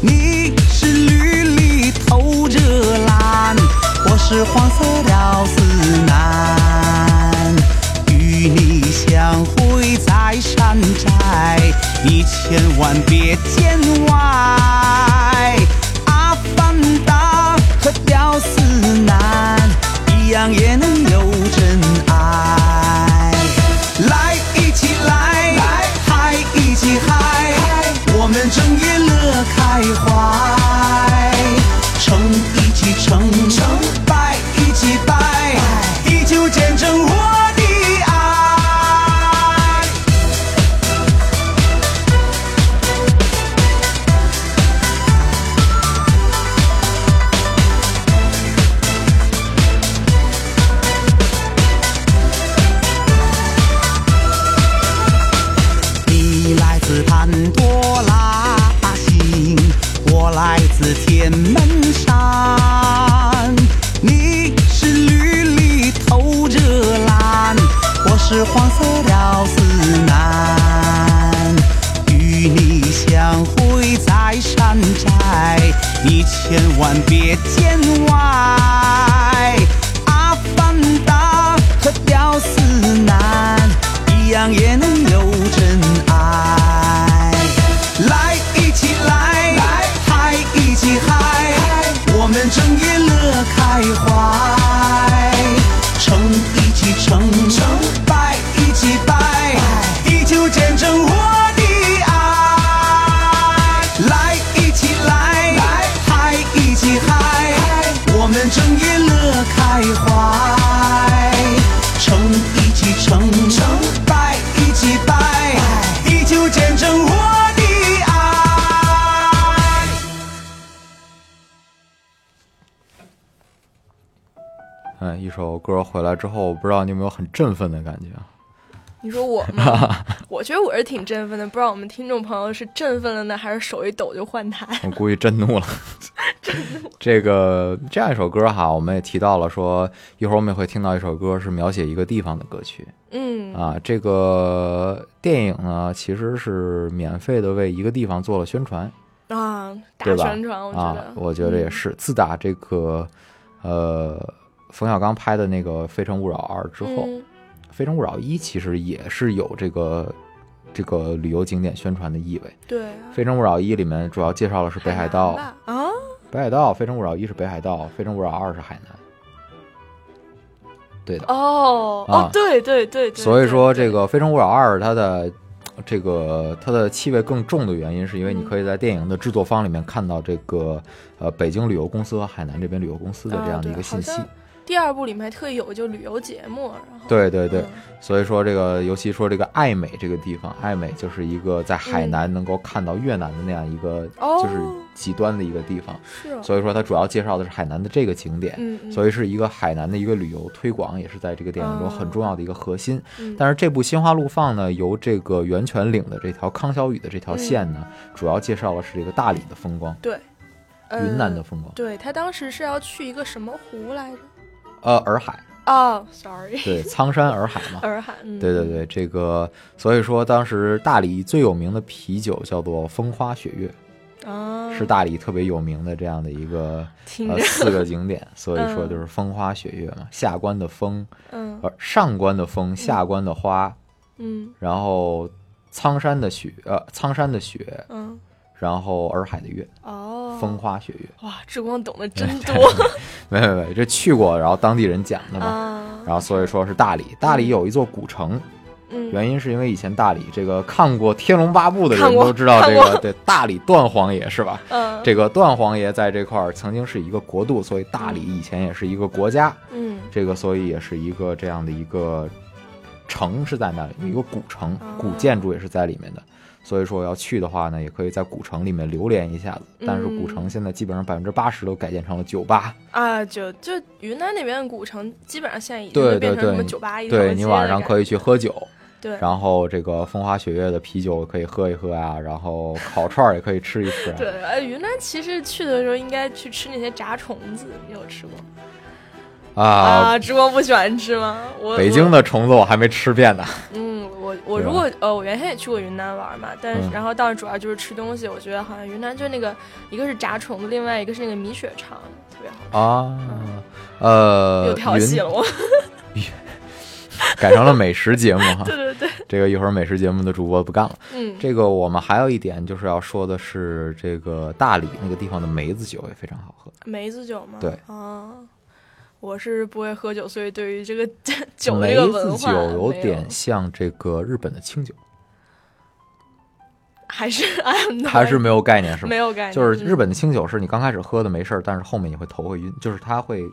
Speaker 3: 你是绿里透着蓝，我是黄色屌丝男。与你相会在山寨，你千万别见外。阿凡达和屌丝男一样也能有真爱。来，一起来，来嗨，一起嗨，我们正月乐开怀。成一起成，成败一起败，地球见证我的爱。你来自潘多拉星，我来自天门山。你是绿里透着蓝，我是黄色屌丝男。与你相会在山寨，你千万别见外。阿凡达和屌丝男一样也能有真爱。来，一起来，来嗨，一起嗨，我们正月乐开怀。成一起成，成败一起败，地球见证我的爱。来，一起来，来嗨，一起嗨，我们正月乐开怀。成一起成，成败一起败，地球见证我的爱。
Speaker 5: 嗯，一首歌回来之后，我不知道你有没有很振奋的感觉啊？
Speaker 7: 你说我 吗？我觉得我是挺振奋的，不知道我们听众朋友是振奋了呢，还是手一抖就换台？
Speaker 5: 我估计震怒 了。这个 这样一首歌哈，我们也提到了说，一会儿我们也会听到一首歌是描写一个地方的歌曲
Speaker 7: 嗯
Speaker 5: 啊。这个电影呢，其实是免费的为一个地方做了宣传，
Speaker 7: 啊，大
Speaker 5: 对吧？
Speaker 7: 宣传，我觉
Speaker 5: 啊
Speaker 7: 得，，嗯
Speaker 5: 我觉得也是。自打这个呃冯小刚拍的那个《非诚勿扰二》之后，
Speaker 7: 嗯
Speaker 5: 非诚勿扰一》其实也是有这个这个旅游景点宣传的意味。
Speaker 7: 对啊，
Speaker 5: 《非诚勿扰一》里面主要介绍了是北海道。
Speaker 7: 南吧啊，
Speaker 5: 北海道《非诚勿扰一》是北海道，《非诚勿扰二》是海南。对的，
Speaker 7: 哦
Speaker 5: 啊
Speaker 7: 哦，对对对对，
Speaker 5: 所以
Speaker 7: 对
Speaker 5: 啊说
Speaker 7: 对
Speaker 5: 这个《非诚勿扰二》它的这个它的气味更重的原因，是因为你可以在电影的制作方里面看到这个呃北京旅游公司和海南这边旅游公司的这样的一个信息。
Speaker 7: 啊对好像第二部里面还特意有就旅游节目，然后
Speaker 5: 对对对
Speaker 7: 嗯，
Speaker 5: 所以说这个，尤其说这个爱美这个地方，爱美就是一个在海南能够看到越南的那样一个，
Speaker 7: 嗯哦
Speaker 5: 就是极端的一个地方。
Speaker 7: 是哦，
Speaker 5: 所以说，它主要介绍的是海南的这个景点，
Speaker 7: 嗯嗯
Speaker 5: 所以是一个海南的一个旅游推广，也是在这个电影中很重要的一个核心。
Speaker 7: 嗯
Speaker 5: 但是这部《心花怒放》呢，由这个源泉岭的这条康小雨的这
Speaker 7: 嗯
Speaker 5: 条线呢，主要介绍的是这个大理的风光，
Speaker 7: 对，呃
Speaker 5: 云南的。风光，
Speaker 7: 对他当时是要去一个什么湖来着？
Speaker 5: 呃，洱海，
Speaker 7: 哦，sorry，
Speaker 5: 对，苍山洱海嘛。
Speaker 7: 洱海。嗯
Speaker 5: 对对对，这个所以说当时大理最有名的啤酒叫做风花雪月，
Speaker 7: 啊，
Speaker 5: 是大理特别有名的这样的一个
Speaker 7: 听
Speaker 5: 呃
Speaker 7: 着
Speaker 5: 四个景点，所以说
Speaker 7: 嗯
Speaker 5: 就是风花雪月嘛，下关的风，
Speaker 7: 嗯
Speaker 5: 呃上关的风，下关的花，
Speaker 7: 嗯
Speaker 5: 然后苍山的雪，呃苍山的雪，
Speaker 7: 嗯，
Speaker 5: 然后洱海的月，
Speaker 7: 哦，
Speaker 5: 风花雪月，
Speaker 7: 哇，志光懂得真 多
Speaker 5: 没没没，这去过，然后当地人讲的嘛。
Speaker 7: 啊，
Speaker 5: 然后所以说是大理，大理有一座古城，
Speaker 7: 嗯，
Speaker 5: 原因是因为以前大理这个看过《天龙八部》的人
Speaker 7: 看过
Speaker 5: 都知道这
Speaker 7: 看
Speaker 5: 个
Speaker 7: 过
Speaker 5: 对大理段皇爷是吧？
Speaker 7: 嗯
Speaker 5: 这个段皇爷在这块儿曾经是一个国度，所以大理以前也是一个国家，
Speaker 7: 嗯
Speaker 5: 这个所以也是一个这样的一个城是在那里，一个古城
Speaker 7: 哦，
Speaker 5: 古建筑也是在里面的。所以说要去的话呢，也可以在古城里面流连一下子。但是古城现在基本上百分之八十都改建成了酒吧，
Speaker 7: 啊，就就云南那边的古城，基本上现在已经
Speaker 5: 对
Speaker 7: 都变
Speaker 5: 对
Speaker 7: 成什么
Speaker 5: 对
Speaker 7: 酒吧一条街
Speaker 5: 对你晚上可
Speaker 7: 以
Speaker 5: 以去喝 酒，
Speaker 7: 对，
Speaker 5: 然后这个风花雪月的啤酒可以喝一喝啊，然后烤串儿也可以吃一吃、啊。
Speaker 7: 对，呃，云南其实去的时候应该去吃那些炸虫子，你有吃过
Speaker 5: 啊，
Speaker 7: 啊？志光不喜欢吃吗？我
Speaker 5: 北京
Speaker 7: 我
Speaker 5: 的虫子我还没吃遍 呢。
Speaker 7: 嗯，我我
Speaker 5: 对吧
Speaker 7: 如果呃，我原先也去过云南玩嘛，但是、
Speaker 5: 嗯
Speaker 7: 然后当时主要就是吃东西，我觉得好像云南就那个一个是炸虫子，另外一个是那个米血肠，特别好吃。
Speaker 5: 啊，呃
Speaker 7: 又，调戏了
Speaker 5: 云
Speaker 7: 我，
Speaker 5: 改成了美食节目哈。
Speaker 7: 对对对，
Speaker 5: 这个一会儿美食节目的主播不干了。
Speaker 7: 嗯，
Speaker 5: 这个我们还有一点就是要说的是，这个大理那个地方的梅子酒也非常好喝。
Speaker 7: 梅子酒吗？
Speaker 5: 对
Speaker 7: 啊，我是不会喝酒，所以对于这个 酒这
Speaker 5: 梅
Speaker 7: 个
Speaker 5: 子
Speaker 7: 文
Speaker 5: 酒
Speaker 7: 化
Speaker 5: 有
Speaker 7: 没
Speaker 5: 点像这个日本的清 酒，
Speaker 7: 还是 I am not-
Speaker 5: 还是没有概念是吧
Speaker 7: 没？有概念，
Speaker 5: 就是日
Speaker 7: 嗯
Speaker 5: 本的清酒是你刚开始喝的没事儿，但是后面你会头会晕，就是它会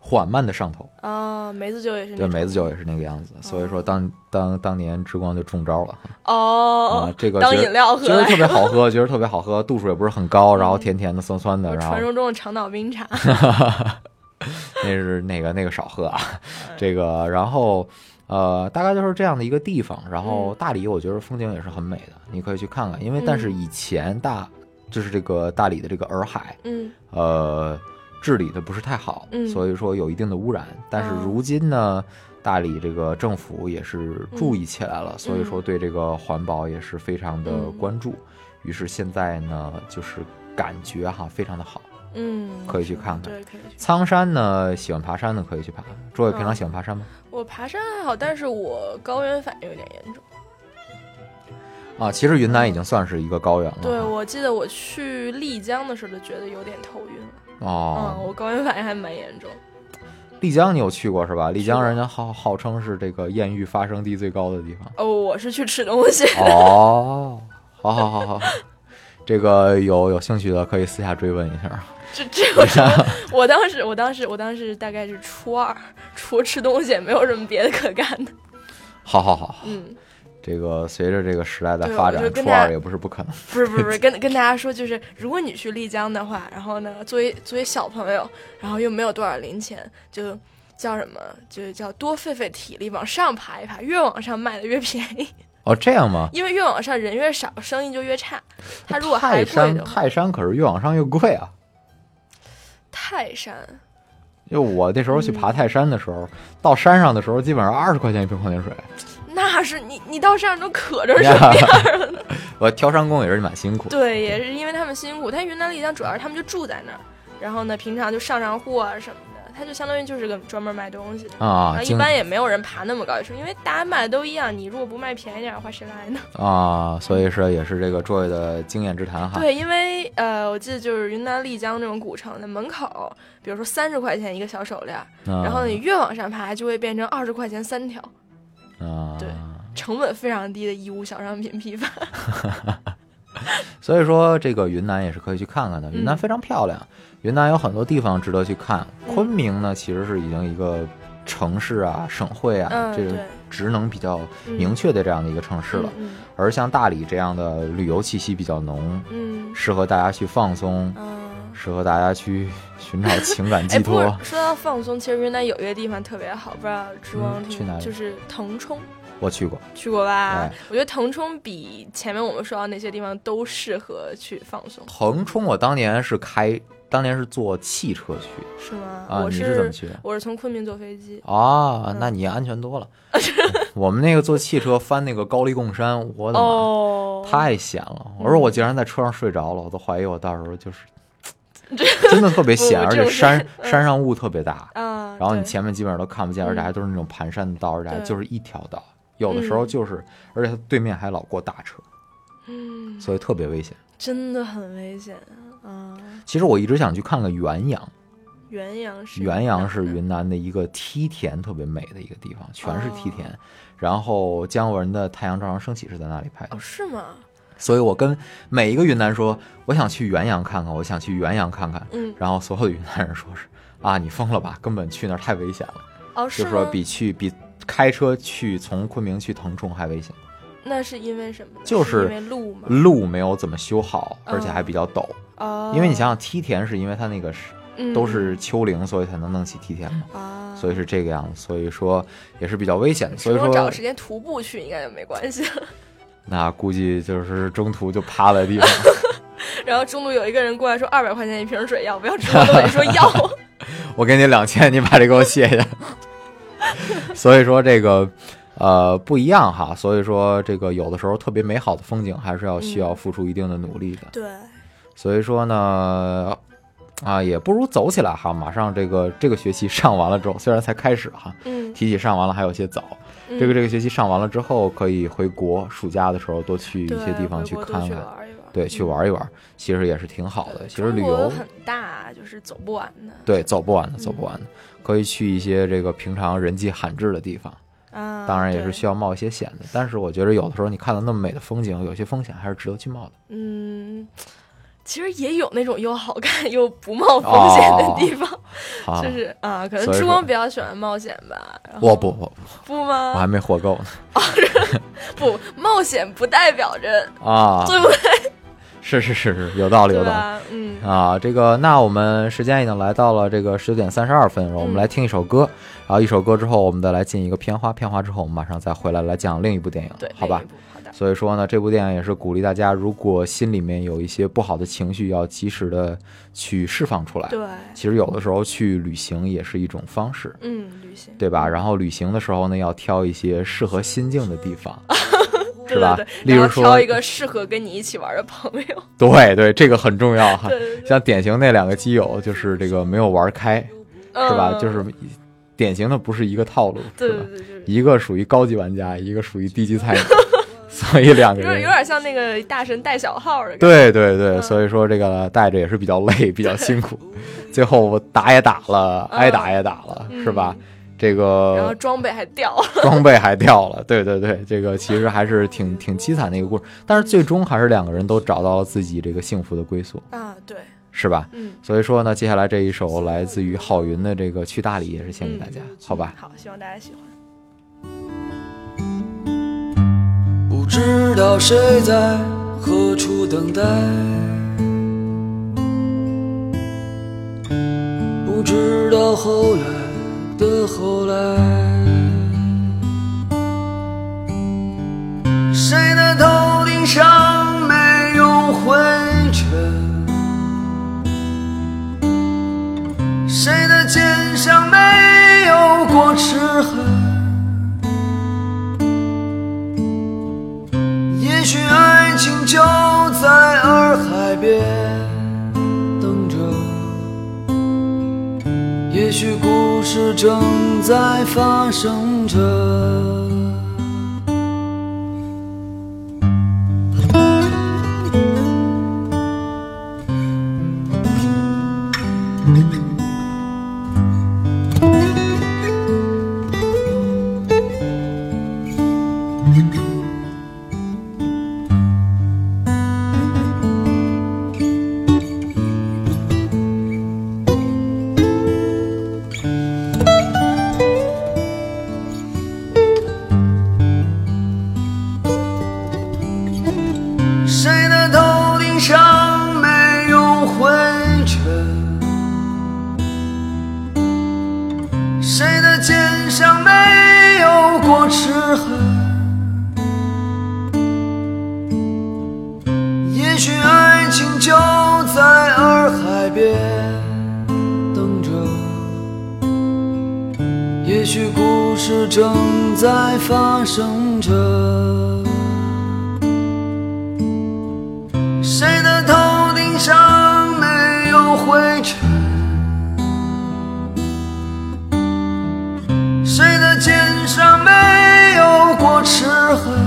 Speaker 5: 缓慢的上头。
Speaker 7: 啊，梅子酒也是那
Speaker 5: 对，
Speaker 7: 种
Speaker 5: 梅子酒也是那个样子，所以说当当当年之光就中招了啊
Speaker 7: 哦，，
Speaker 5: 这个
Speaker 7: 当
Speaker 5: 觉得
Speaker 7: 饮料喝
Speaker 5: 觉得
Speaker 7: 来嗯
Speaker 5: 特别好喝，觉得特别好喝，度数也不是很高，然后甜甜的、酸酸的，
Speaker 7: 我
Speaker 5: 然后
Speaker 7: 传说中的长岛 冰茶，
Speaker 5: 那是那个那个少喝啊，这个然后呃，大概就是这样的一个地方。然后大理我觉得风景也是很美的，你可以去看看，因为但是以前大就是这个大理的这个洱海，
Speaker 7: 嗯
Speaker 5: 呃，治理的不是太好，
Speaker 7: 嗯
Speaker 5: 所以说有一定的污染。但是
Speaker 7: 哦
Speaker 5: 如今呢，大理这个政府也是注意起来了，所以说对这个环保也是非常的关注。于是现在呢，就是感觉哈非常的好。
Speaker 7: 嗯，
Speaker 5: 可以去看看
Speaker 7: 对，可以去。
Speaker 5: 苍山呢，喜欢爬山的可以去爬。诸位平常喜欢爬山吗？
Speaker 7: 我爬山还好，但是我高原反应有点严重。
Speaker 5: 啊，其实云南已经算是一个高原了。
Speaker 7: 嗯对，我记得我去丽江的时候就觉得有点头晕了，嗯，
Speaker 5: 哦，
Speaker 7: 我高原反应还蛮严重。
Speaker 5: 丽江你有去过是吧？丽江人家号号称是这个艳遇发生地最高的地方。
Speaker 7: 哦，我是去吃东西，
Speaker 5: 哦，好好好好，好，这个有有兴趣的可以私下追问一下。
Speaker 7: 这这有什么？我当时，我当时，我当时大概是初二，除了吃东西也没有什么别的可干的。
Speaker 5: 好好好，好
Speaker 7: 嗯，
Speaker 5: 这个随着这个时代的
Speaker 7: 对
Speaker 5: 发
Speaker 7: 我就
Speaker 5: 展，
Speaker 7: 跟
Speaker 5: 初
Speaker 7: 大
Speaker 5: 二
Speaker 7: 家
Speaker 5: 也不是不可能。
Speaker 7: 不是不是不是，跟跟大家说，就是如果你去丽江的话，然后呢，作为作为小朋友，然后又没有多少零钱，就叫什么，就是叫多费费体力，往上爬一爬，越往上卖的越便宜，
Speaker 5: 哦，这样吗？
Speaker 7: 因为越往上人越少，生意就越差。他如果还
Speaker 5: 泰
Speaker 7: 贵
Speaker 5: 山
Speaker 7: 的话，
Speaker 5: 泰山可是越往上越贵啊。
Speaker 7: 泰山
Speaker 5: 就我那时候去爬泰山的时候，到山上的时候基本上二十块钱一瓶矿泉水。
Speaker 7: 那是你你到山上都渴 着什
Speaker 5: 呀
Speaker 7: 么呀？
Speaker 5: 我挑山工也是蛮辛苦。
Speaker 7: 对，也是因为他们辛苦。但云南丽江主要是他们就住在那儿，然后呢，平常就上上货啊什么的，他就相当于就是个专门卖东西的。
Speaker 5: 啊，
Speaker 7: 然后一
Speaker 5: 经
Speaker 7: 般也没有人爬那么高一处，因为大家卖的都一样，你如果不卖便宜点儿的话，谁来呢？
Speaker 5: 啊，所以说也是这个诸位的经验之谈哈。
Speaker 7: 对，因为呃，我记得就是云南丽江那种古城的门口，比如说三十块钱一个小手链儿，
Speaker 5: 嗯，
Speaker 7: 然后你越往上爬，就会变成二十块钱三条。
Speaker 5: 啊，
Speaker 7: 对成本非常低的义乌小商品批发。
Speaker 5: 所以说，这个云南也是可以去看看的。云南
Speaker 7: 嗯
Speaker 5: 非常漂亮，云南有很多地方值得去看。昆明呢，其实是已经一个城市啊、省会啊、
Speaker 7: 嗯
Speaker 5: 这个
Speaker 7: 对
Speaker 5: 职能比较明确的这样的一个城市了。
Speaker 7: 嗯
Speaker 5: 而像大理这样的旅游气息比较浓，
Speaker 7: 嗯
Speaker 5: 适合大家去放松，
Speaker 7: 嗯。
Speaker 5: 适合大家去寻找情感
Speaker 7: 哎，
Speaker 5: 寄
Speaker 7: 不过
Speaker 5: 托。
Speaker 7: 说到放松，其实云南有一个地方特别好，不知道之光
Speaker 5: 嗯去哪里
Speaker 7: 就是腾冲，
Speaker 5: 我去过，
Speaker 7: 去过吧
Speaker 5: 哎？
Speaker 7: 我觉得腾冲比前面我们说到那些地方都适合去放松，
Speaker 5: 腾冲我当年是开，当年是坐汽车去的
Speaker 7: 是吗？
Speaker 5: 啊。
Speaker 7: 我
Speaker 5: 你
Speaker 7: 是
Speaker 5: 怎么去的？
Speaker 7: 我是嗯从昆明坐飞机，
Speaker 5: 啊，那你安全多 了。我们那个坐汽车翻那个高黎贡山，我的妈，
Speaker 7: 哦，
Speaker 5: 太险了！我说我竟然在车上睡着了，我都怀疑我到时候 就是真的特别险，
Speaker 7: 不
Speaker 5: 而且
Speaker 7: 这种
Speaker 5: 山
Speaker 7: 事
Speaker 5: 山上雾特别大，
Speaker 7: 啊，
Speaker 5: 然后你
Speaker 7: 对嗯
Speaker 5: 前面基本上都看不见，而且还都是那种盘山的道，而且还就是一条道，有的时候就是，而且它对面还老过大车，
Speaker 7: 嗯，
Speaker 5: 所以特别危险。
Speaker 7: 真的很危险啊！
Speaker 5: 其实我一直想去看看元阳，
Speaker 7: 元阳是
Speaker 5: 元阳是云南的一个梯田特别美的一个地方，全是
Speaker 7: 哦
Speaker 5: 梯田。然后姜文的《太阳照常升起》是在那里拍的
Speaker 7: 哦，，是吗？
Speaker 5: 所以我跟每一个云南说，我想去元阳看看，我想去元阳看看。
Speaker 7: 嗯，
Speaker 5: 然后所有的云南人说是啊，你疯了吧，根本去那儿太危险了，
Speaker 7: 哦，
Speaker 5: 就是说
Speaker 7: 吗
Speaker 5: 比去比开车去从昆明去腾冲还危险，
Speaker 7: 那是因为什么呢？
Speaker 5: 就是是
Speaker 7: 因为路嘛，
Speaker 5: 路没有怎么修好，而且
Speaker 7: 嗯
Speaker 5: 还比较陡。
Speaker 7: 哦，
Speaker 5: 因为你想想梯田是因为它那个是
Speaker 7: 嗯
Speaker 5: 都是丘陵，所以才能弄起梯田嘛。
Speaker 7: 啊，
Speaker 5: 所以是这个样子，所以说也是比较危险的。所以
Speaker 7: 如果找
Speaker 5: 说，
Speaker 7: 时间徒步去应该就没关系。
Speaker 5: 那估计就是中途就趴在地上。
Speaker 7: 然后中途有一个人过来说二百块钱一瓶水要不要？之后都得说要。
Speaker 5: 我给你两千，你把这给我卸下。 所以说这个呃不一样哈，所以说这个有的时候特别美好的风景还是要需要付出一定的努力的。
Speaker 7: 对，
Speaker 5: 所以说呢。啊，也不如走起来哈！马上这个这个学期上完了之后，虽然才开始哈，
Speaker 7: 嗯，
Speaker 5: 提起上完了还有些早。这个这个学期上完了之后，可以回国，暑假的时候多去一
Speaker 7: 对
Speaker 5: 些地方
Speaker 7: 回
Speaker 5: 去
Speaker 7: 国多
Speaker 5: 看
Speaker 7: 去
Speaker 5: 看，
Speaker 7: 玩一玩，
Speaker 5: 对，去
Speaker 7: 嗯。
Speaker 5: 玩一玩，其实也是挺好的。其实
Speaker 7: 中
Speaker 5: 旅
Speaker 7: 国
Speaker 5: 游
Speaker 7: 很大，就是走不完的。
Speaker 5: 对，走不完的，走不
Speaker 7: 嗯
Speaker 5: 完的，可以去一些这个平常人迹罕至的地方，
Speaker 7: 啊，
Speaker 5: 当然也是
Speaker 7: 对
Speaker 5: 需要冒一些险的。但是我觉得有的时候你看到那么美的风景，有些风险还是值得去冒的。
Speaker 7: 嗯，其实也有那种又好看又不冒风险的地方，
Speaker 5: 啊，
Speaker 7: 就是啊，可能
Speaker 5: 所以
Speaker 7: 之
Speaker 5: 说
Speaker 7: 光比较喜欢冒险吧。然后
Speaker 5: 我不不，
Speaker 7: 不
Speaker 5: 我
Speaker 7: 吗？
Speaker 5: 还没活够 呢
Speaker 7: 不，冒险不代表着
Speaker 5: 啊！
Speaker 7: 对不对？
Speaker 5: 是是是是，有道理有
Speaker 7: 对
Speaker 5: 道理。
Speaker 7: 吧？嗯，
Speaker 5: 啊，这个，那我们时间已经来到了这个十九点三十二分，然后我们
Speaker 7: 嗯
Speaker 5: 来听一首歌，然后一首歌之后，我们再来进一个片花，片花之后，我们马上再回来来讲另一部电影，
Speaker 7: 对，
Speaker 5: 好吧
Speaker 7: 另一？部好的，
Speaker 5: 所以说呢，这部电影也是鼓励大家，如果心里面有一些不好的情绪，要及时的去释放出来。
Speaker 7: 对，
Speaker 5: 其实有的时候去旅行也是一种方式，
Speaker 7: 嗯，旅行，
Speaker 5: 对吧？然后旅行的时候呢，要挑一些适合心境的地 方，
Speaker 7: 对
Speaker 5: 是吧
Speaker 7: 对对
Speaker 5: 例
Speaker 7: 然
Speaker 5: 如
Speaker 7: 后挑
Speaker 5: 说
Speaker 7: 一个适合跟你一起玩的朋 友，
Speaker 5: 对对，这个很重要哈
Speaker 7: 对对。对
Speaker 5: 像典型那两个基友，就是这个没有玩开，
Speaker 7: 嗯
Speaker 5: 是吧？就是典型的不是一个套路，
Speaker 7: 对
Speaker 5: 是吧
Speaker 7: 对？对，就是。
Speaker 5: 一个属于高级玩家，一个属于低级 菜鸟，所以两个
Speaker 7: 有点
Speaker 5: 人
Speaker 7: 有点像那个大神带小号的，，
Speaker 5: 对对对，
Speaker 7: 嗯
Speaker 5: 所以说这个带着也是比较累， 比较辛苦。最后我打也打了，挨打也打了，是吧？这
Speaker 7: 嗯然后
Speaker 5: 个
Speaker 7: 装备还 掉了，
Speaker 5: 装备还掉了， 对对对，这个其实还是挺挺凄惨的一个故事，但是最终还是两个人都找到了自己这个幸福的归宿，
Speaker 7: 啊，对，
Speaker 5: 是吧？
Speaker 7: 嗯
Speaker 5: 所以说呢，接下来这一首来自于郝云的这个《去大理》也是献给大家，好吧？
Speaker 7: 好，希望嗯大家喜欢。
Speaker 8: 不知道谁在何处等待，不知道后来的后来，谁的头顶上没有灰尘，谁的肩上没有过齿痕。也许爱情就在洱海边等着，也许故事正在发生着。正在发生着。谁的头顶上没有灰尘？谁的肩上没有过齿痕？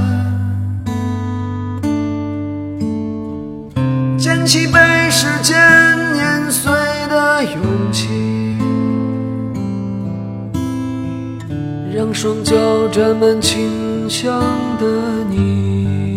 Speaker 8: 捡起被时间碾碎的勇气，让双脚沾满清香的你。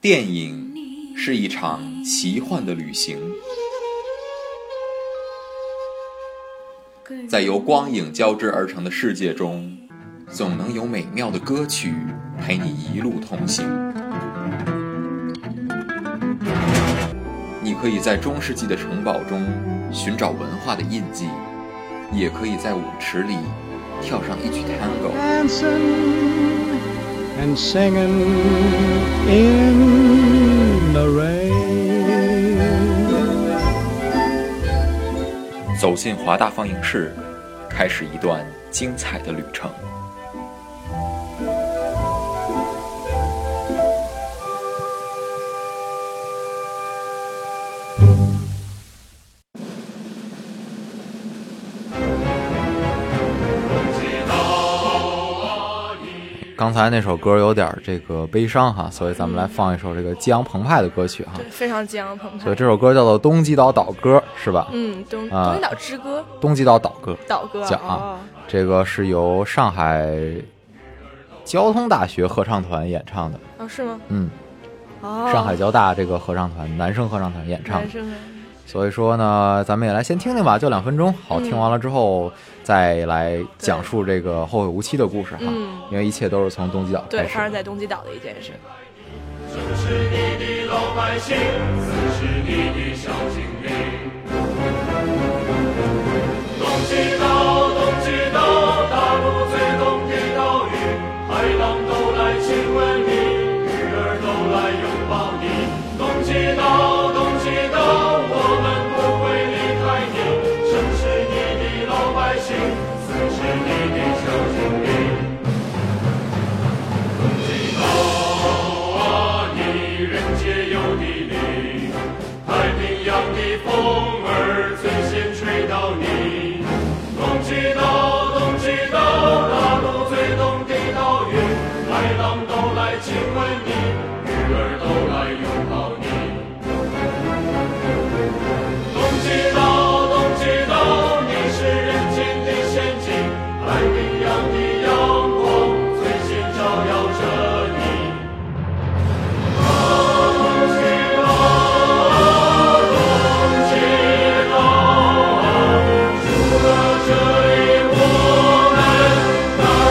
Speaker 9: 电影是一场奇幻的旅行，在由光影交织而成的世界中，总能有美妙的歌曲陪你一路同行。你可以在中世纪的城堡中寻找文化的印记，也可以在舞池里跳上一曲 tango。
Speaker 6: dancing and singing in the rain.
Speaker 9: 走进华大放映室，开始一段精彩的旅程。
Speaker 5: 刚才那首歌有点这个悲伤哈，所以咱们来放一首这个激昂澎湃的歌曲哈。
Speaker 7: 对，非常激昂澎湃
Speaker 5: 所以。这首歌叫做《东极岛岛歌》，是吧？
Speaker 7: 嗯，东
Speaker 5: 啊
Speaker 7: 东京岛之歌，
Speaker 5: 东极岛岛歌，
Speaker 7: 岛歌
Speaker 5: 讲啊
Speaker 7: 哦，
Speaker 5: 这个是由上海交通大学合唱团演唱的，
Speaker 7: 哦是吗？
Speaker 5: 嗯，
Speaker 7: 哦，
Speaker 5: 上海交大这个合唱团男生合唱团演唱
Speaker 7: 男
Speaker 5: 的。
Speaker 7: 生啊
Speaker 5: 所以说呢，咱们也来先听听吧，就两分钟。好，
Speaker 7: 嗯
Speaker 5: 听完了之后再来讲述这个后会无期的故事哈，
Speaker 7: 嗯
Speaker 5: 因为一切都是从东极岛
Speaker 7: 对
Speaker 5: 开始
Speaker 7: 发生
Speaker 5: 的。
Speaker 7: 在东极岛的一件事。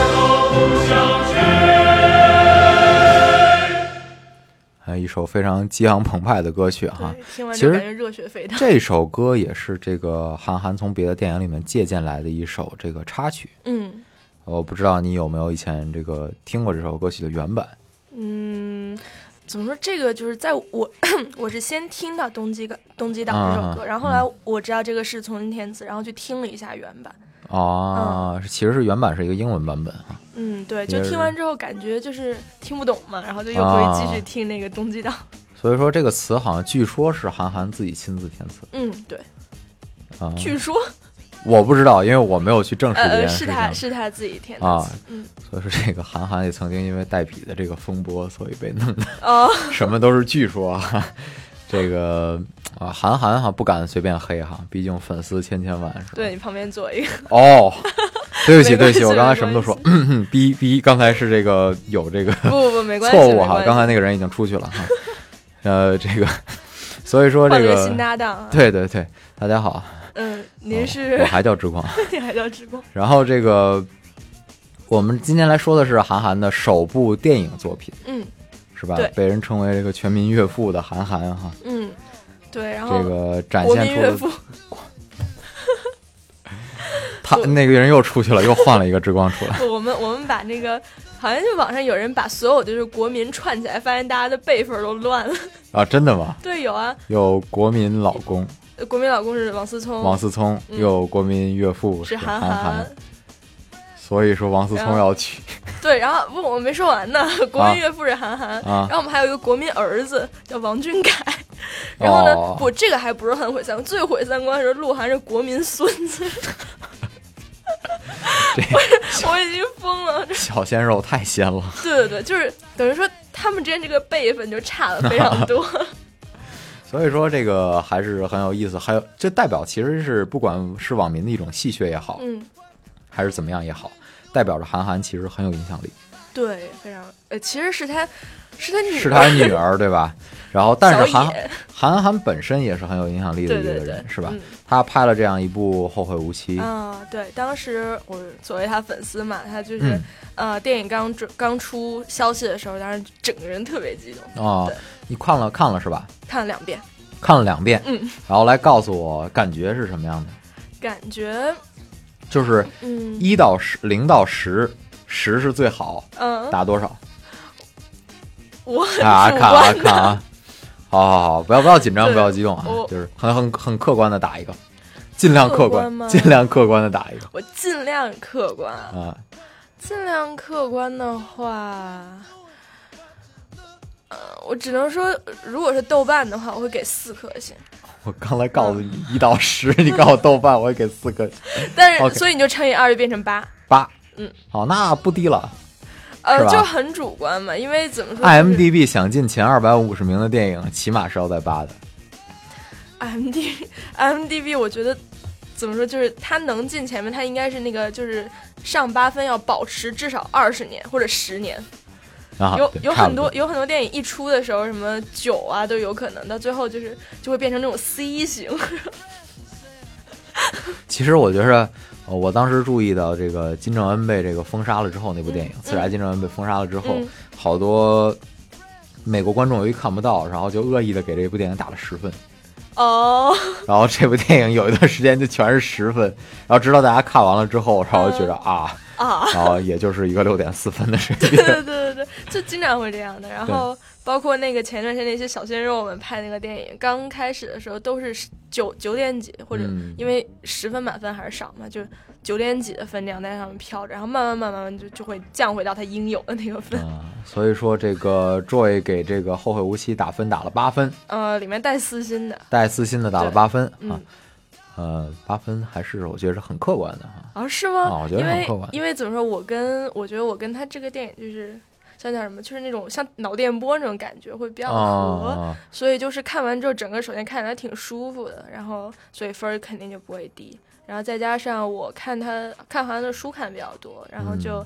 Speaker 5: 还有哎一首非常激昂澎湃的歌曲哈
Speaker 7: 对，，听完
Speaker 5: 其
Speaker 7: 就
Speaker 5: 实
Speaker 7: 感觉热血沸腾。
Speaker 5: 这首歌也是这个韩寒从别的电影里面借鉴来的一首这个插曲。
Speaker 7: 嗯
Speaker 5: 我不知道你有没有以前这个听过这首歌曲的原版。
Speaker 7: 嗯，怎么说？这个就是在我我是先听到东极岛东极岛这首歌，
Speaker 5: 啊
Speaker 7: 然后后来我知道这个是丛林天子，然后去听了一下原版。
Speaker 5: 哦，是其实是原版是一个英文版本啊。
Speaker 7: 嗯，对，
Speaker 5: 也
Speaker 7: 就是听完之后感觉就是听不懂嘛，然后就又回去继续
Speaker 5: 啊
Speaker 7: 听那个东极岛。
Speaker 5: 所以说这个词好像据说是韩寒自己亲自填词
Speaker 7: 嗯，对，
Speaker 5: 啊。
Speaker 7: 据说
Speaker 5: 我不知道，因为我没有去证实这
Speaker 7: 呃
Speaker 5: 件
Speaker 7: 是
Speaker 5: 事
Speaker 7: 他
Speaker 5: 情。
Speaker 7: 是他自己填的
Speaker 5: 啊
Speaker 7: 词。嗯，
Speaker 5: 所以说这个韩寒也曾经因为代笔的这个风波，所以被弄得
Speaker 7: 哦，
Speaker 5: 什么都是据说啊。 这个啊，韩寒哈不敢随便黑哈，毕竟粉丝千千万是吧？
Speaker 7: 对你旁边坐一个，
Speaker 5: 哦，对不起，
Speaker 7: 没
Speaker 5: 对不
Speaker 7: 关
Speaker 5: 起，
Speaker 7: 系
Speaker 5: 我刚才
Speaker 7: 没
Speaker 5: 什么都
Speaker 7: 关
Speaker 5: 说，嗯嗯， 逼逼，刚才是这个有这个
Speaker 7: 不不不，没关系，
Speaker 5: 错误
Speaker 7: 没
Speaker 5: 哈
Speaker 7: 关，系
Speaker 5: 刚才那个人已经出去了哈， 呃，这个，所以说这
Speaker 7: 换了
Speaker 5: 个哦
Speaker 7: 新搭档啊。
Speaker 5: 对对对，大家好，
Speaker 7: 嗯，您是、
Speaker 5: 我还叫之光。
Speaker 7: 你还叫之光？
Speaker 5: 然后这个，我们今天来说的是韩寒的首部电影作品，
Speaker 7: 嗯
Speaker 5: 是吧
Speaker 7: 对？
Speaker 5: 被人称为这个全民岳父的韩寒哈，
Speaker 7: 嗯，对，然后
Speaker 5: 这个展
Speaker 7: 国
Speaker 5: 现
Speaker 7: 民
Speaker 5: 出
Speaker 7: 岳
Speaker 5: 了
Speaker 7: 父，
Speaker 5: 他那个人又出去了， 又换了一个之光出来。
Speaker 7: 不 我们我们把那个好像就网上有人把所有就是国民串起来，发现大家的辈分都乱了。
Speaker 5: 啊，真的吗？
Speaker 7: 对，有啊，
Speaker 5: 有国民老公
Speaker 7: 呃国民老公是王思聪，
Speaker 5: 王思聪，
Speaker 7: 嗯
Speaker 5: 有国民岳父
Speaker 7: 是
Speaker 5: 韩
Speaker 7: 韩寒。
Speaker 5: 所以说王思
Speaker 7: 然
Speaker 5: 聪
Speaker 7: 后
Speaker 5: 要去，
Speaker 7: 对，然后不，我没说完呢。国
Speaker 5: 啊
Speaker 7: 民岳父是韩寒，
Speaker 5: 啊
Speaker 7: 然后我们还有一个国民儿子叫王俊凯。然后呢，
Speaker 5: 哦
Speaker 7: 不，这个还不是很毁三观，最毁三观的是鹿晗是国民孙 子。我已经疯了， 这
Speaker 5: 小鲜肉太鲜了。
Speaker 7: 对对对，就是等于说他们之间这个辈分就差了非 常多。
Speaker 5: 所以说这个还是很有意思，还有这代表其实是不管是网民的一种戏谑也好，
Speaker 7: 嗯，
Speaker 5: 还是怎么样也好，代表着韩寒其实很有影响力，
Speaker 7: 对，非常呃，其实是他，是他女儿，
Speaker 5: 是他女儿对吧？然后但是
Speaker 7: 小
Speaker 5: 韩
Speaker 7: 野
Speaker 5: 韩寒本身也是很有影响力的一个
Speaker 7: 对
Speaker 5: 人
Speaker 7: 对对
Speaker 5: 是吧、
Speaker 7: 嗯
Speaker 5: 他拍了这样一部《后会无期》
Speaker 7: 啊，对，当时我作为他粉丝嘛，他就是、
Speaker 5: 嗯
Speaker 7: 呃，电影刚准刚出消息的时候，当时整个人特别激动，
Speaker 5: 哦
Speaker 7: 对，
Speaker 5: 你看了看了是吧？
Speaker 7: 看了两遍，
Speaker 5: 看了两遍，
Speaker 7: 嗯，
Speaker 5: 然后来告诉我感觉是什么样的？
Speaker 7: 感觉
Speaker 5: 就是
Speaker 7: 嗯
Speaker 5: 一到十，零到十，十是最好，
Speaker 7: 嗯，
Speaker 5: 打多少？
Speaker 7: 我 很
Speaker 5: 啊，
Speaker 7: 主
Speaker 5: 看啊
Speaker 7: 观的，
Speaker 5: 看啊，好好好，不要不要紧张，
Speaker 7: 对
Speaker 5: 不要激动啊
Speaker 7: 我，
Speaker 5: 就是很很很客观的打一个，尽量客
Speaker 7: 客观
Speaker 5: 观，
Speaker 7: 吗
Speaker 5: 尽量客观的打一个
Speaker 7: 我尽量客观啊，
Speaker 5: 啊，
Speaker 7: 尽量客观的话。呃，我只能说，如果是豆瓣的话，我会给四颗星。
Speaker 5: 我刚才告 诉你一到十，你告诉我豆瓣，我也给四个
Speaker 7: 但是
Speaker 5: OK
Speaker 7: 所以你就乘以二，就变成八。
Speaker 5: 八，
Speaker 7: 嗯，
Speaker 5: 好，那不低了。
Speaker 7: 呃
Speaker 5: 是，吧
Speaker 7: 就很主观嘛，因为怎么说
Speaker 5: IMDB 想进前二百五十名的电影，起码是要在八的。
Speaker 7: IMD IMDB，我觉得怎么说，就是他能进前面，他应该是那个就是上八分要保持至少二十年或者十年。
Speaker 5: 啊，
Speaker 7: 有
Speaker 5: 对
Speaker 7: 有
Speaker 5: 差
Speaker 7: 很
Speaker 5: 不
Speaker 7: 多有很多电影一出的时候，什么九啊都有可能，到最后就是就会变成那种 C 型。
Speaker 5: 其实我觉着，呃我当时注意到这个金正恩被这个封杀了之后，那部电影《刺杀金正恩》被封杀了之后，
Speaker 7: 嗯
Speaker 5: 好多美国观众由于看不到，然后就恶意的给这部电影打了十分，
Speaker 7: 哦，
Speaker 5: 然后这部电影有一段时间就全是十分，然后直到大家看完了之后，然后觉得啊，
Speaker 7: 啊，
Speaker 5: 然后也就是一个六点四分的水平
Speaker 7: 对。 对对对，对，就经常会这样的。然后包括那个前段时间那些小鲜肉们拍那个电影，刚开始的时候都是十九九点几，或者
Speaker 5: 嗯
Speaker 7: 因为十分满分还是少嘛，就九点几的分这样在上面飘着，然后慢慢慢慢慢慢就就会降回到它应有的那个分。
Speaker 5: 嗯，所以说这个 Joy 给这个《后会无期》打分打了八分，
Speaker 7: 呃，里面带私心的，
Speaker 5: 带私心的打了
Speaker 7: 对
Speaker 5: 八分、
Speaker 7: 嗯
Speaker 5: 啊，呃，八分还是我觉得是很客观的哈。
Speaker 7: 啊，是吗？
Speaker 5: 啊我觉得
Speaker 7: 因
Speaker 5: 很
Speaker 7: 为
Speaker 5: 客观
Speaker 7: 因为怎么说，我跟我觉得我跟他这个电影就是像叫什么，就是那种像脑电波那种感觉会比较合，
Speaker 5: 啊，
Speaker 7: 所以就是看完之后，整个首先看起来挺舒服的，然后所以分儿肯定就不会低。然后再加上我看他看韩的书看比较多，然后就，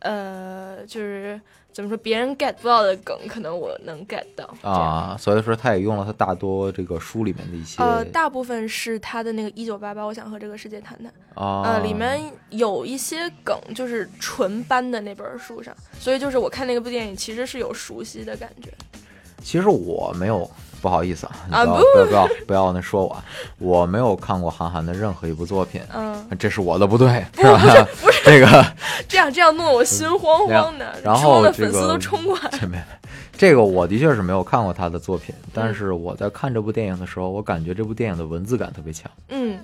Speaker 5: 嗯
Speaker 7: 呃，就是怎么说，别人 get 不到的梗，可能我能 get 到。
Speaker 5: 啊，所以说他也用了他大多这个书里面的一些
Speaker 7: 这样，呃，大部分是他的那个《一九八八》，我想和这个世界谈谈。
Speaker 5: 啊
Speaker 7: 呃，里面有一些梗，就是纯搬的那本书上，所以就是我看那部电影其实是有熟悉的感觉。
Speaker 5: 其实我没有，不好意思啊，你
Speaker 7: 啊
Speaker 5: 不要不要不要不要那说我啊，我没有看过韩寒的任何一部作品，
Speaker 7: 嗯，
Speaker 5: 这是我的不对，是 吧？这个
Speaker 7: 这样这样弄得我心慌慌的，
Speaker 5: 嗯然
Speaker 7: 冲
Speaker 5: 后
Speaker 7: 的
Speaker 5: 这
Speaker 7: 粉丝都
Speaker 5: 个
Speaker 7: 冲过来。
Speaker 5: 这没这个我的确是没有看过他的作品，但是我在看这部电影的时候，我感觉这部电影的文字感特别强，
Speaker 7: 嗯，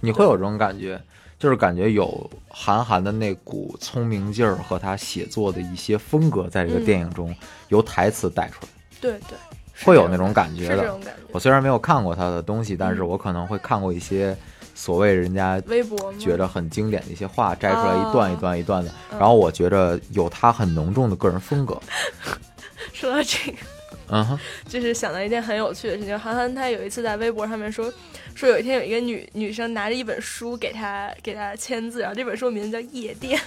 Speaker 5: 你会有这种感觉。就是感觉有韩寒的那股聪明劲儿和他写作的一些风格，在这个
Speaker 7: 嗯
Speaker 5: 电影中由台词带出来。
Speaker 7: 对对，是
Speaker 5: 会有
Speaker 7: 这
Speaker 5: 那
Speaker 7: 种
Speaker 5: 种感觉
Speaker 7: 是这
Speaker 5: 的
Speaker 7: 种。感觉。
Speaker 5: 我虽然没有看过他的东西，但是我可能会看过一些所谓人家
Speaker 7: 微博吗？
Speaker 5: 觉得很经典的一些话，摘出来一段一段一段的。
Speaker 7: 嗯
Speaker 5: 然后我觉得有他很浓重的个人风格。
Speaker 7: 说到这个，
Speaker 5: 嗯哼，
Speaker 7: 就是想到一件很有趣的事情。韩寒他有一次在微博上面说，说有一天有一个女女生拿着一本书给他给他签字，然后这本书名字叫《夜店》，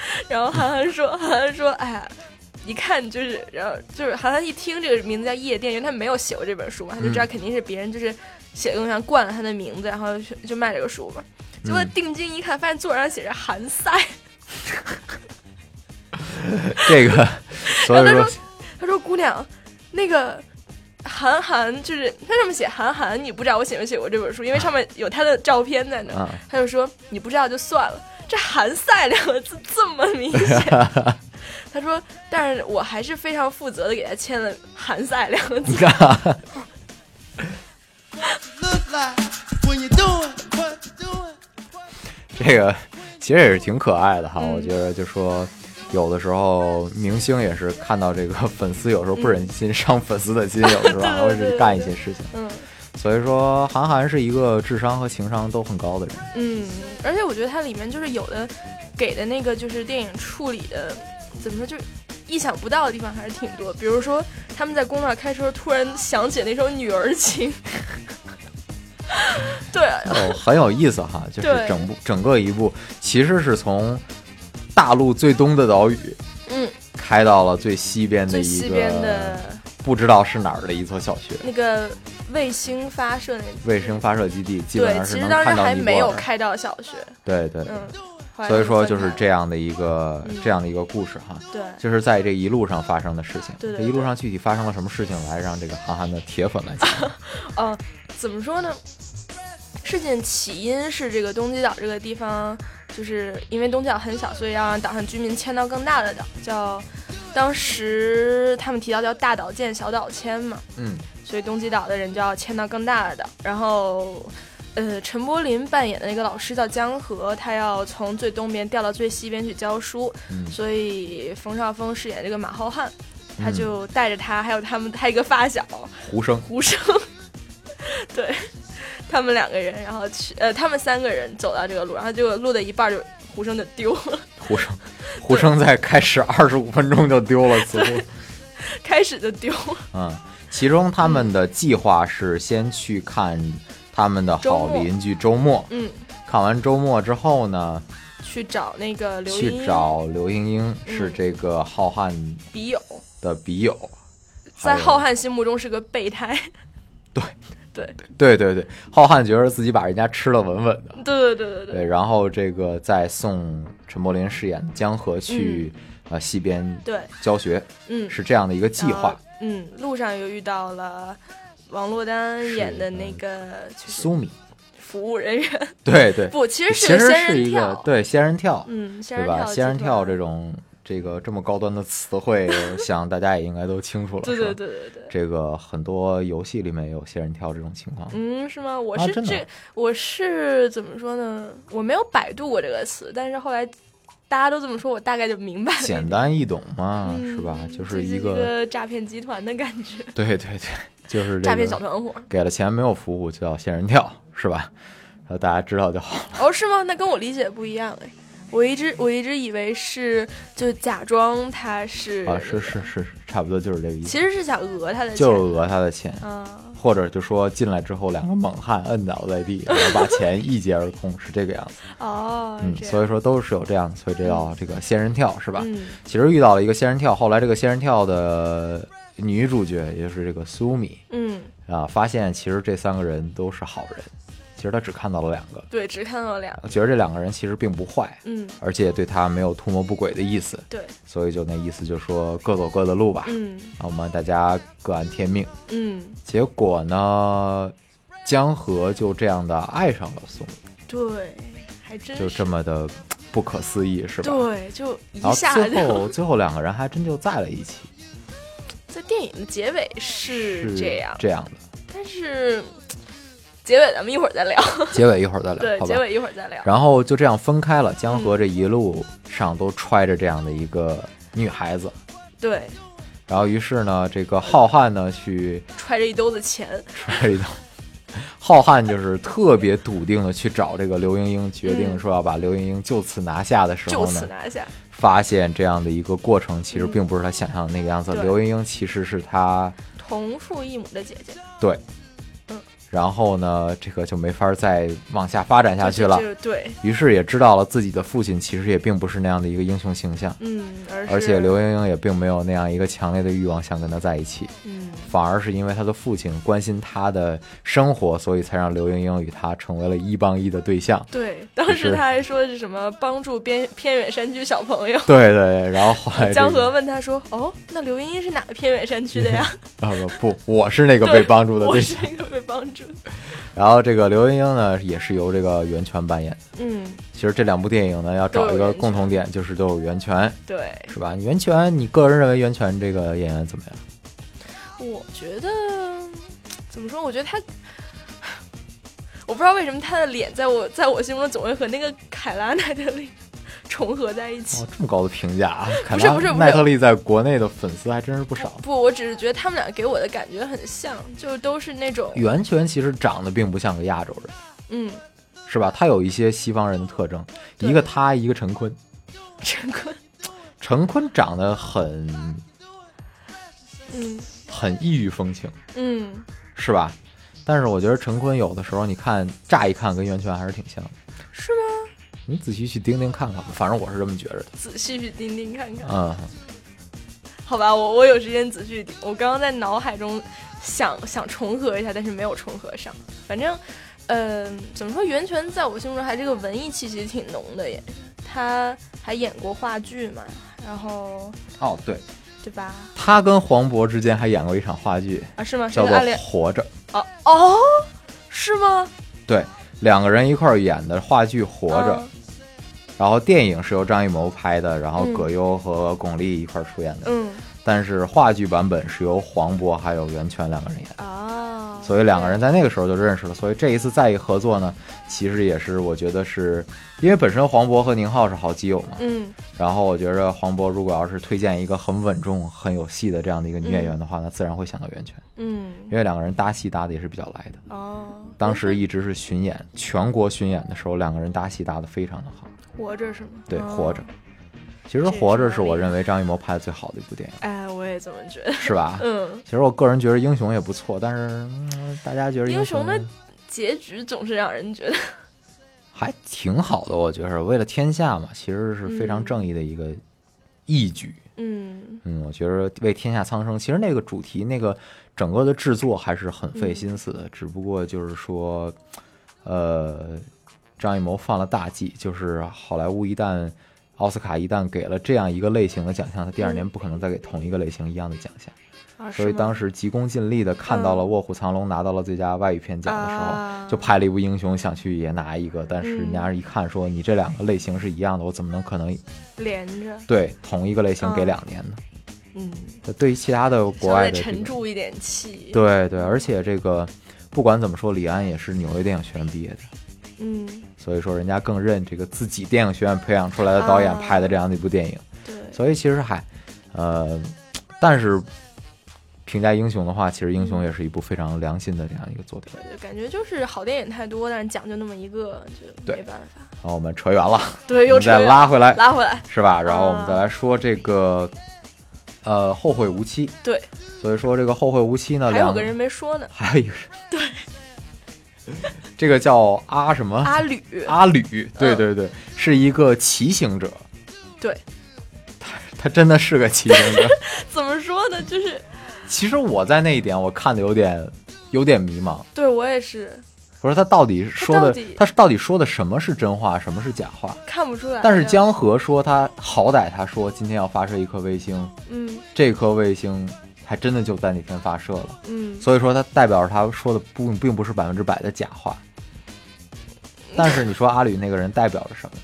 Speaker 7: 然后韩寒说，韩寒说，哎呀。一看就是，
Speaker 5: 嗯
Speaker 7: 然后就是韩寒一听这个名字叫《夜店》，因为他没有写过这本书嘛，他就知道肯定是别人就是写个东西上冠了他的名字，然后就就卖这个书嘛。结果
Speaker 5: 嗯
Speaker 7: 定睛一看，发现座上写着韩赛，
Speaker 5: 这个， 所以说
Speaker 7: 然后他说他说姑娘，那个韩寒就是他上面写韩寒，你不知道我写没写过这本书，因为上面有他的照片在那儿。
Speaker 5: 啊
Speaker 7: 他就说你不知道就算了，这韩赛两个字这么明显。他说，但是我还是非常负责的给他签了韩赛两个字。
Speaker 5: 啊
Speaker 3: Look like when you doing what you doing.
Speaker 5: 这个其实也是挺可爱的哈，
Speaker 7: 嗯
Speaker 5: 我觉得就说。有的时候，明星也是看到这个粉丝，有时候不忍心伤粉丝的心，有的时候 还会去干一些事情。
Speaker 7: 嗯
Speaker 5: 所以说，韩寒是一个智商和情商都很高的人。
Speaker 7: 嗯，而且我觉得它里面就是有的给的那个就是电影处理的，怎么说就是。意想不到的地方还是挺多，比如说他们在公路上开车，突然想起那首《女儿情》， 对，
Speaker 5: 哦，很有意思 哈，就是
Speaker 7: 对
Speaker 5: 整部整个一部其实是从大陆最东的岛屿
Speaker 7: 嗯，
Speaker 5: 开到了最西边的
Speaker 7: 最
Speaker 5: 一
Speaker 7: 西边
Speaker 5: 个
Speaker 7: 的
Speaker 5: 不知道是哪儿的一所小学，
Speaker 7: 那个卫星发射那地
Speaker 5: 卫星发射基地，基本
Speaker 7: 对，
Speaker 5: 上是
Speaker 7: 其实
Speaker 5: 能
Speaker 7: 当时
Speaker 5: 看到
Speaker 7: 还
Speaker 5: 尼
Speaker 7: 没
Speaker 5: 泊
Speaker 7: 有
Speaker 5: 尔。
Speaker 7: 开到小学，
Speaker 5: 对对，对
Speaker 7: 嗯，后来
Speaker 5: 所以说
Speaker 7: 分
Speaker 5: 就是
Speaker 7: 开
Speaker 5: 这样的一个
Speaker 7: 嗯
Speaker 5: 这样的一个故事哈。
Speaker 7: 对
Speaker 5: 就是在这一路上发生的事情，
Speaker 7: 对对
Speaker 5: 这一路上具体发生了什么事情来让这个韩寒的铁粉来 讲？
Speaker 7: 嗯，怎么说呢？事件起因是这个东极岛这个地方，就是因为东极岛很小，所以要让岛上居民迁到更大的岛，叫当时他们提到叫大岛建、小岛迁嘛，
Speaker 5: 嗯，
Speaker 7: 所以东极岛的人就要迁到更大的岛。然后，呃，陈柏霖扮演的那个老师叫江河，他要从最东边调到最西边去教书，
Speaker 5: 嗯
Speaker 7: 所以冯绍峰饰演这个马浩瀚，他
Speaker 5: 嗯
Speaker 7: 就带着他，还有他们他一个发小，
Speaker 5: 胡生，
Speaker 7: 胡生， 对他们两个人，然后去呃，他们三个人走到这个路，然后结果路的一半就胡生就丢了。
Speaker 5: 胡生， 胡生在开始二十五分钟就丢了此路。
Speaker 7: 开始就丢了，
Speaker 5: 嗯， 其中他们的计划是先去看他们的好邻居周末，
Speaker 7: 嗯，
Speaker 5: 看完周末之后呢，
Speaker 7: 去找那个刘英嗯
Speaker 5: 去找刘英英，是这个浩瀚
Speaker 7: 笔友，
Speaker 5: 的笔友。
Speaker 7: 在
Speaker 5: 还有
Speaker 7: 浩瀚心目中是个备胎，对
Speaker 5: 对对对，浩瀚觉得自己把人家吃了稳稳的，
Speaker 7: 对对对对对
Speaker 5: 对，然后这个再送陈柏霖饰演的江河去、呃西边
Speaker 7: 嗯对
Speaker 5: 教学，
Speaker 7: 嗯
Speaker 5: 是这样的一个计
Speaker 7: 然后
Speaker 5: 划。
Speaker 7: 嗯，路上又遇到了王珞丹演的那个就是
Speaker 5: 嗯苏米，
Speaker 7: 服务人员，
Speaker 5: 对对，
Speaker 7: 不，其实
Speaker 5: 其
Speaker 7: 是个
Speaker 5: 实
Speaker 7: 仙
Speaker 5: 是
Speaker 7: 人
Speaker 5: 一
Speaker 7: 跳
Speaker 5: 个，对仙人跳，
Speaker 7: 嗯仙
Speaker 5: 对
Speaker 7: 人
Speaker 5: 吧？
Speaker 7: 跳
Speaker 5: 仙人
Speaker 7: 集
Speaker 5: 跳
Speaker 7: 团
Speaker 5: 这种这个这么高端的词汇，我想大家也应该都清楚了。
Speaker 7: 对
Speaker 5: 是吧
Speaker 7: 对对对对。
Speaker 5: 这个很多游戏里面也有仙人跳这种情况。
Speaker 7: 嗯，是吗？我
Speaker 5: 啊
Speaker 7: 是
Speaker 5: 真的
Speaker 7: 这，我是怎么说呢？我没有百度过这个词，但是后来大家都这么说，我大概就明白了。
Speaker 5: 简单易懂嘛，
Speaker 7: 嗯
Speaker 5: 啊是吧？就
Speaker 7: 这
Speaker 5: 是
Speaker 7: 是
Speaker 5: 一
Speaker 7: 个
Speaker 5: 个，
Speaker 7: 诈骗集团的感觉，
Speaker 5: 对对对，就是、这个、
Speaker 7: 诈骗小团伙。
Speaker 5: 给了钱没有服务就叫仙人跳，是吧？然后大家知道就好了。
Speaker 7: 哦，是吗？那跟我理解不一样哎。我一直我一直以为是就假装他是
Speaker 5: 啊，是是是，是差不多就是这个意思，
Speaker 7: 其实是想讹他的钱，
Speaker 5: 就是讹他的钱。
Speaker 7: 啊，
Speaker 5: 或者就说进来之后，两个猛汉摁倒在地，然后把钱一劫而空，是这个样子。
Speaker 7: 哦，
Speaker 5: 嗯，
Speaker 7: 这样
Speaker 5: 所以说都是有这样的，所以这叫这个仙人跳是吧？
Speaker 7: 嗯
Speaker 5: 其实遇到了一个仙人跳，后来这个仙人跳的女主角，也就是这个苏米
Speaker 7: 嗯，
Speaker 5: 啊，发现其实这三个人都是好人，其实她只看到了两个，
Speaker 7: 对，只看到了两个，
Speaker 5: 觉得这两个人其实并不坏，
Speaker 7: 嗯，
Speaker 5: 而且对她没有图谋不轨的意思，
Speaker 7: 对，
Speaker 5: 所以就那意思就说各走各的路吧，
Speaker 7: 嗯
Speaker 5: 那我们大家各安天命。
Speaker 7: 嗯，
Speaker 5: 结果呢，江河就这样的爱上了苏米，
Speaker 7: 对，还真
Speaker 5: 就是这么的不可思议，是吧？
Speaker 7: 对，哎就一
Speaker 5: 然后
Speaker 7: 下
Speaker 5: 最
Speaker 7: 就
Speaker 5: 后 最后两个人还真就在了一起，
Speaker 7: 在电影的结尾是这样，
Speaker 5: 这样的。
Speaker 7: 但是结尾咱们一会儿再聊。
Speaker 5: 结尾一会儿再聊，
Speaker 7: 对，
Speaker 5: 好吧
Speaker 7: 结？尾一会嗯儿再聊。
Speaker 5: 然后就这样分开了，江河这一路上都揣着这样的一个女孩子。
Speaker 7: 对，
Speaker 5: 然后于是呢，这个浩瀚呢去
Speaker 7: 揣着一兜子钱，
Speaker 5: 揣着一道， 浩瀚就是特别笃定的去找这个刘英英，决定
Speaker 7: 嗯
Speaker 5: 说要把刘英英就此拿下的时
Speaker 7: 就
Speaker 5: 候
Speaker 7: 此
Speaker 5: 呢，
Speaker 7: 拿下。
Speaker 5: 发现这样的一个过程其实并不是他想象的那个样子。
Speaker 7: 嗯对
Speaker 5: 刘英英其实是他
Speaker 7: 同父异母的姐姐，
Speaker 5: 对，
Speaker 7: 嗯
Speaker 5: 然后呢，这个就没法再往下发展下去了。
Speaker 7: 就是对，
Speaker 5: 于是也知道了自己的父亲其实也并不是那样的一个英雄形象，
Speaker 7: 嗯，
Speaker 5: 而
Speaker 7: 而
Speaker 5: 且
Speaker 7: 是
Speaker 5: 刘盈盈也并没有那样一个强烈的欲望想跟他在一起，
Speaker 7: 嗯
Speaker 5: 反而是因为他的父亲关心他的生活，所以才让刘盈盈与他成为了一帮一的对 象。
Speaker 7: 对，当
Speaker 5: 就
Speaker 7: 时
Speaker 5: 是
Speaker 7: 他还说是什么帮助边偏远山区小朋友。
Speaker 5: 对对哎对，然后后来这个
Speaker 7: 江河问他说：“哦，那刘英英是哪个偏远山区 的呀
Speaker 5: 啊不，我是那？”个被帮助的对
Speaker 7: 对我
Speaker 5: 象
Speaker 7: 是。一个被帮助的。
Speaker 5: 然后这个刘盈盈呢，也是由这个袁泉扮演。
Speaker 7: 嗯，
Speaker 5: 其实这两部电影呢，要找一个共同点，就是都有袁泉，
Speaker 7: 对，
Speaker 5: 是吧？袁泉，你个人认为袁泉这个演员怎么样？
Speaker 7: 我觉得怎么说？我觉得他，我不知道为什么他的脸在我在我心中总会和那个凯拉奈的脸重合在一起
Speaker 5: 哦。，这么高的评价 啊！
Speaker 7: 不是不是
Speaker 5: 看来
Speaker 7: 不是
Speaker 5: 奈特利在国内的粉丝还真是不少。
Speaker 7: 不，我只是觉得他们俩给我的感觉很像，就都是那种
Speaker 5: 袁泉其实长得并不像个亚洲人，
Speaker 7: 嗯，
Speaker 5: 是吧？他有一些西方人的特征，
Speaker 7: 对
Speaker 5: 一个他，一个陈坤。
Speaker 7: 陈坤，
Speaker 5: 陈坤长得很
Speaker 7: 嗯
Speaker 5: 很异域风情，
Speaker 7: 嗯，
Speaker 5: 是吧？但是我觉得陈坤有的时候，你看乍一看跟袁泉还是挺像的。
Speaker 7: 是吗？
Speaker 5: 你仔细去盯盯看看吧，反正我是这么觉着的。
Speaker 7: 仔细去听听看看。
Speaker 5: 嗯，
Speaker 7: 好吧，我我有时间仔细听。我刚刚在脑海中想想重合一下，但是没有重合上。反正，嗯、怎么说，袁泉在我心中还这个文艺气息挺浓的耶。他还演过话剧嘛，然后
Speaker 5: 哦，对，
Speaker 7: 对吧？
Speaker 5: 他跟黄渤之间还演过一场话剧，
Speaker 7: 啊，是吗？是
Speaker 5: 叫
Speaker 7: 跟
Speaker 5: 做
Speaker 7: 暗
Speaker 5: 《
Speaker 7: 恋？
Speaker 5: 活着》，
Speaker 7: 哦哦，是吗？
Speaker 5: 对，两个人一块儿演的话剧《活着》
Speaker 7: 啊
Speaker 5: 然后电影是由张艺谋拍的，然后
Speaker 7: 嗯
Speaker 5: 葛优和巩俐一块儿出演的，
Speaker 7: 嗯
Speaker 5: 但是话剧版本是由黄渤还有袁泉两个人演的。
Speaker 7: 嗯啊，
Speaker 5: 所以两个人在那个时候就认识了，所以这一次再一合作呢，其实也是我觉得是因为本身黄渤和宁浩是好基友嘛，
Speaker 7: 嗯
Speaker 5: 然后我觉着黄渤如果要是推荐一个很稳重、很有戏的这样的一个女演员的话，那自然会想到袁泉，
Speaker 7: 嗯
Speaker 5: 因为两个人搭戏搭的也是比较来的。
Speaker 7: 哦，
Speaker 5: 当时一直是巡演，全国巡演的时候，两个人搭戏搭的非常的好。
Speaker 7: 活着是吗？
Speaker 5: 对，
Speaker 7: 哦
Speaker 5: 活着。，其实《活着》是我认为张艺谋拍的最好的一部电影，
Speaker 7: 哎，我也这么觉得。
Speaker 5: 是吧？
Speaker 7: 嗯，
Speaker 5: 其实我个人觉得《英雄》也不错，但是、嗯大家觉得
Speaker 7: 英
Speaker 5: 雄
Speaker 7: 雄的结局总是让人觉得。
Speaker 5: 还挺好的，我觉得是为了天下嘛，其实是非常正义的一个义举。
Speaker 7: 嗯
Speaker 5: 嗯，我觉得为天下苍生，其实那个主题，那个整个的制作还是很费心思的，只不过就是说，呃，张艺谋犯了大忌，就是好莱坞一旦奥斯卡一旦给了这样一个类型的奖项，他第二年不可能再给同一个类型一样的奖项，
Speaker 7: 啊，
Speaker 5: 所以当时急功近利的看
Speaker 7: 嗯
Speaker 5: 到了《卧虎藏龙》拿到了最佳外语片奖的时候，
Speaker 7: 啊
Speaker 5: 就拍了一部《英雄》，想去也拿一个，但是人
Speaker 7: 嗯
Speaker 5: 家一看说你这两个类型是一样的，我怎么能可能
Speaker 7: 连着，
Speaker 5: 对同一个类型给
Speaker 7: 嗯
Speaker 5: 两年呢？
Speaker 7: 嗯，
Speaker 5: 对于其他的国
Speaker 7: 稍
Speaker 5: 外
Speaker 7: 微
Speaker 5: 的这
Speaker 7: 沉
Speaker 5: 个，
Speaker 7: 住一点气，，
Speaker 5: 对对，而且这个不管怎么说，李安也是纽约电影学院毕业的，
Speaker 7: 嗯，
Speaker 5: 所以说人家更认这个自己电影学院培养出来的导演
Speaker 7: 啊
Speaker 5: 拍的这样的一部电影，
Speaker 7: 对，
Speaker 5: 所以其实还，呃，但是评价《英雄》的话，其实《英
Speaker 7: 嗯
Speaker 5: 雄》也是一部非常良心的这样一个作品。
Speaker 7: 对感觉就是好电影太多，但是讲究那么一个，就
Speaker 5: 对
Speaker 7: 没办法，
Speaker 5: 然后我们扯远了，
Speaker 7: 对，
Speaker 5: 我
Speaker 7: 又
Speaker 5: 们再
Speaker 7: 哎扯远
Speaker 5: 拉回来，
Speaker 7: 拉回来，
Speaker 5: 是吧？然后我们
Speaker 7: 啊
Speaker 5: 再来说这个，呃，后会无期。
Speaker 7: 对，
Speaker 5: 所以说这个后会无期呢，
Speaker 7: 还
Speaker 5: 两
Speaker 7: 有个人没说呢，
Speaker 5: 还有一个人，对， 这个叫阿什么
Speaker 7: 阿嗯吕，
Speaker 5: 阿吕，对对对，是一个骑行者，
Speaker 7: 对，
Speaker 5: 他真的是个骑行者。
Speaker 7: 怎么说呢？就是
Speaker 5: 其实我在那一点我看的有点有点迷茫，
Speaker 7: 对我也是
Speaker 5: 我说他到底说
Speaker 7: 到
Speaker 5: 的
Speaker 7: 底哎
Speaker 5: 他是到底说的什么是真话，什么是假话？
Speaker 7: 看不出来，
Speaker 5: 但是，江河说他好歹他说今天要发射一颗卫星，
Speaker 7: 嗯
Speaker 5: 这颗卫星还真的就在那天发射了，
Speaker 7: 嗯，
Speaker 5: 所以说它代表着他说的不并不是百分之百的假话。但是你说阿吕那个人代表着什么？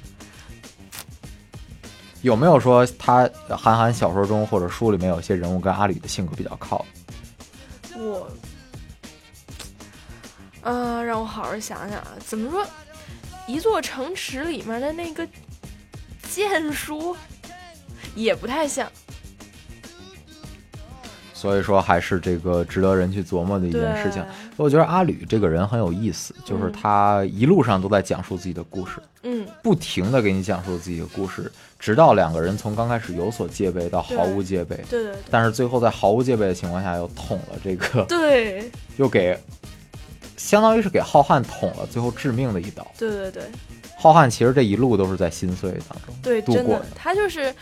Speaker 5: 有没有说他韩寒小说中或者书里面有些人物跟阿吕的性格比较靠？
Speaker 7: 我，呃，让我好好想想啊，怎么说？一座城池里面的那个剑书也不太像，
Speaker 5: 所以说还是这个值得人去琢磨的一
Speaker 7: 对
Speaker 5: 件事情。我觉得阿吕这个人很有意思，就是他一路上都在讲述自己的故事，
Speaker 7: 嗯，
Speaker 5: 不停的给你讲述自己的故事，直到两个人从刚开始有所戒备到毫无戒备，
Speaker 7: 对对
Speaker 5: 但是最后在毫无戒备的情况下又捅了这个，
Speaker 7: 对，
Speaker 5: 又给相当于是给浩瀚捅了最后致命的一刀。
Speaker 7: 对对对
Speaker 5: 浩瀚其实这一路都是在心碎当中
Speaker 7: 对，
Speaker 5: 度
Speaker 7: 真
Speaker 5: 过
Speaker 7: 的，他就是，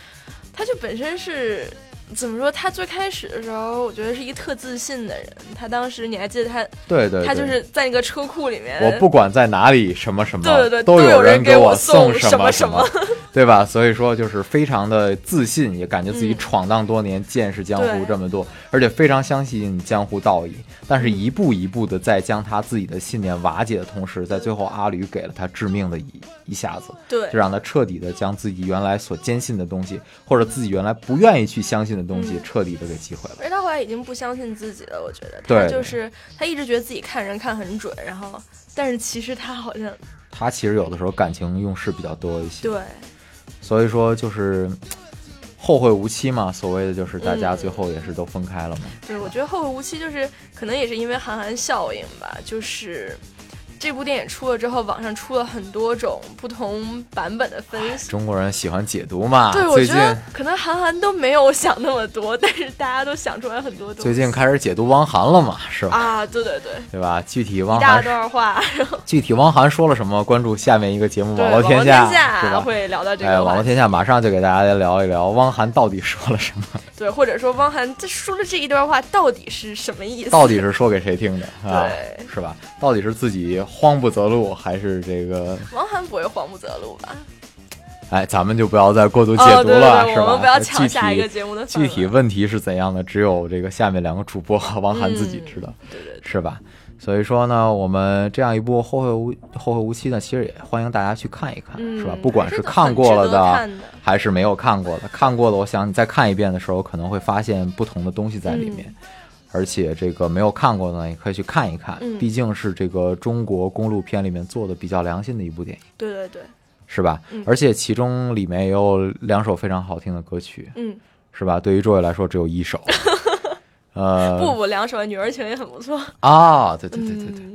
Speaker 7: 他就本身是怎么说？他最开始的时候，我觉得是一个特自信的人。他当时你还记得他，
Speaker 5: 对对对
Speaker 7: 他就是在那个车库里面，
Speaker 5: 我不管在哪里什么什么，
Speaker 7: 对对对
Speaker 5: 都
Speaker 7: 都有
Speaker 5: 人
Speaker 7: 人给
Speaker 5: 我
Speaker 7: 我送
Speaker 5: 什
Speaker 7: 什么
Speaker 5: 什
Speaker 7: 什么
Speaker 5: 对吧？所以说就是非常的自信，也感觉自己
Speaker 7: 嗯
Speaker 5: 闯荡多年，见识江湖
Speaker 7: 对
Speaker 5: 这么多，而且非常相信江湖道义。但
Speaker 7: 嗯
Speaker 5: 是，一步一步的在将他自己的信念瓦解的同时，在最后阿吕给了他致命的一一下子，
Speaker 7: 对
Speaker 5: 就让他彻底的将自己原来所坚信的东西，或者自己原来不愿意去相信的东西，
Speaker 7: 嗯
Speaker 5: 彻底的给击毁了。
Speaker 7: 而且他后来已经不相信自己了。我觉得
Speaker 5: 对
Speaker 7: 他就是他一直觉得自己看人看很准，然后但是其实他好像
Speaker 5: 他其实有的时候感情用事比较多一些。
Speaker 7: 对
Speaker 5: 所以说就是嗯后会无期嘛，所谓的就是大家
Speaker 7: 嗯
Speaker 5: 最后也是都分开了嘛。
Speaker 7: 对，我觉得《后会无期》就是可能也是因为韩寒效应吧，就是。这部电影出了之后，网上出了很多种不同版本的分析，
Speaker 5: 中国人喜欢解读嘛，
Speaker 7: 对，我
Speaker 5: 啊最
Speaker 7: 觉
Speaker 5: 近
Speaker 7: 得可能韩寒都没有想那么多，但是大家都想出来很多东
Speaker 5: 最
Speaker 7: 西。
Speaker 5: 近开始解读汪涵了嘛，是吧？
Speaker 7: 啊，对对对，
Speaker 5: 对吧？具体汪
Speaker 7: 一大
Speaker 5: 涵
Speaker 7: 段话，然后
Speaker 5: 具体汪涵说了什么，关注下面一个节目《
Speaker 7: 对
Speaker 5: 网络
Speaker 7: 天
Speaker 5: 下》，是
Speaker 7: 下
Speaker 5: 吧？
Speaker 7: 会聊到这
Speaker 5: 哎，
Speaker 7: 个
Speaker 5: 网
Speaker 7: 话
Speaker 5: 络
Speaker 7: 题。
Speaker 5: 天下马上就给大家来聊一聊汪涵到底说了 什么，
Speaker 7: 对，或者说汪涵这说的这一段话到底是什么意思？
Speaker 5: 到底是说给谁听的啊？
Speaker 7: 对
Speaker 5: 是吧？到底是自己慌不择路，还是这个？
Speaker 7: 汪涵不会慌不择路吧？
Speaker 5: 哎，咱们就不要再过度解
Speaker 7: 哦
Speaker 5: 读
Speaker 7: 对对
Speaker 5: 了，
Speaker 7: 对
Speaker 5: 是吧？
Speaker 7: 我们不要
Speaker 5: 具
Speaker 7: 抢下一
Speaker 5: 体
Speaker 7: 个节目的
Speaker 5: 具
Speaker 7: 氛
Speaker 5: 体
Speaker 7: 围
Speaker 5: 问题是怎样的，只有这个下面两个主播和汪涵自己
Speaker 7: 嗯
Speaker 5: 知道，
Speaker 7: 对对对，
Speaker 5: 是吧？所以说呢，我们这样一部《后会无后会无期》呢，其实也欢迎大家去看一看，
Speaker 7: 嗯
Speaker 5: 是吧？不管
Speaker 7: 还是
Speaker 5: 是
Speaker 7: 很
Speaker 5: 看过了
Speaker 7: 值得看的
Speaker 5: 还是没有看过的，看过的，我想你再看一遍的时候，可能会发现不同的东西在里面。
Speaker 7: 嗯
Speaker 5: 而且这个没有看过的呢，也可以去看一看，
Speaker 7: 嗯
Speaker 5: 毕竟是这个中国公路片里面做的比较良心的一部电影，
Speaker 7: 对对对，
Speaker 5: 是吧？
Speaker 7: 嗯
Speaker 5: 而且其中里面也有两首非常好听的歌曲，
Speaker 7: 嗯，
Speaker 5: 是吧？对于周伟来说，只有一 首。呃，
Speaker 7: 不不，两首《女儿情》也很不错。
Speaker 5: 啊，对对对对对，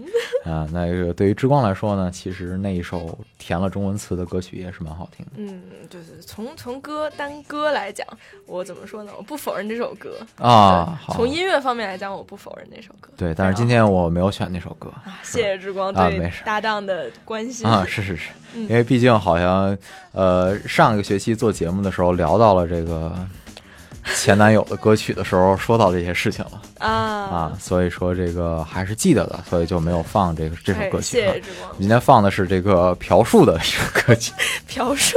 Speaker 7: 嗯，
Speaker 5: 啊，那个对于之光来说呢，其实那一首填了中文词的歌曲也是蛮好听的
Speaker 7: 嗯，对对，对从从歌单歌来讲，我怎么说呢？我不否认这首歌
Speaker 5: 啊。
Speaker 7: 嗯对
Speaker 5: 好，
Speaker 7: 从音乐方面来讲，我不否认那首歌。
Speaker 5: 对，但是今
Speaker 7: 然后
Speaker 5: 天我没有选那首歌
Speaker 7: 啊谢谢之光
Speaker 5: 啊
Speaker 7: 对
Speaker 5: 没事
Speaker 7: 搭档的关心
Speaker 5: 啊，是是是，
Speaker 7: 嗯
Speaker 5: 因为毕竟好像呃上一个学期做节目的时候聊到了这个前男友的歌曲的时候，说到这些事情了啊
Speaker 7: 啊，
Speaker 5: 所以说这个还是记得的，所以就没有放这个这首
Speaker 7: 哎
Speaker 5: 歌曲
Speaker 7: 谢
Speaker 5: 啊。
Speaker 7: 谢之光
Speaker 5: 今天放的是这个朴树的一首歌曲。
Speaker 7: 朴树，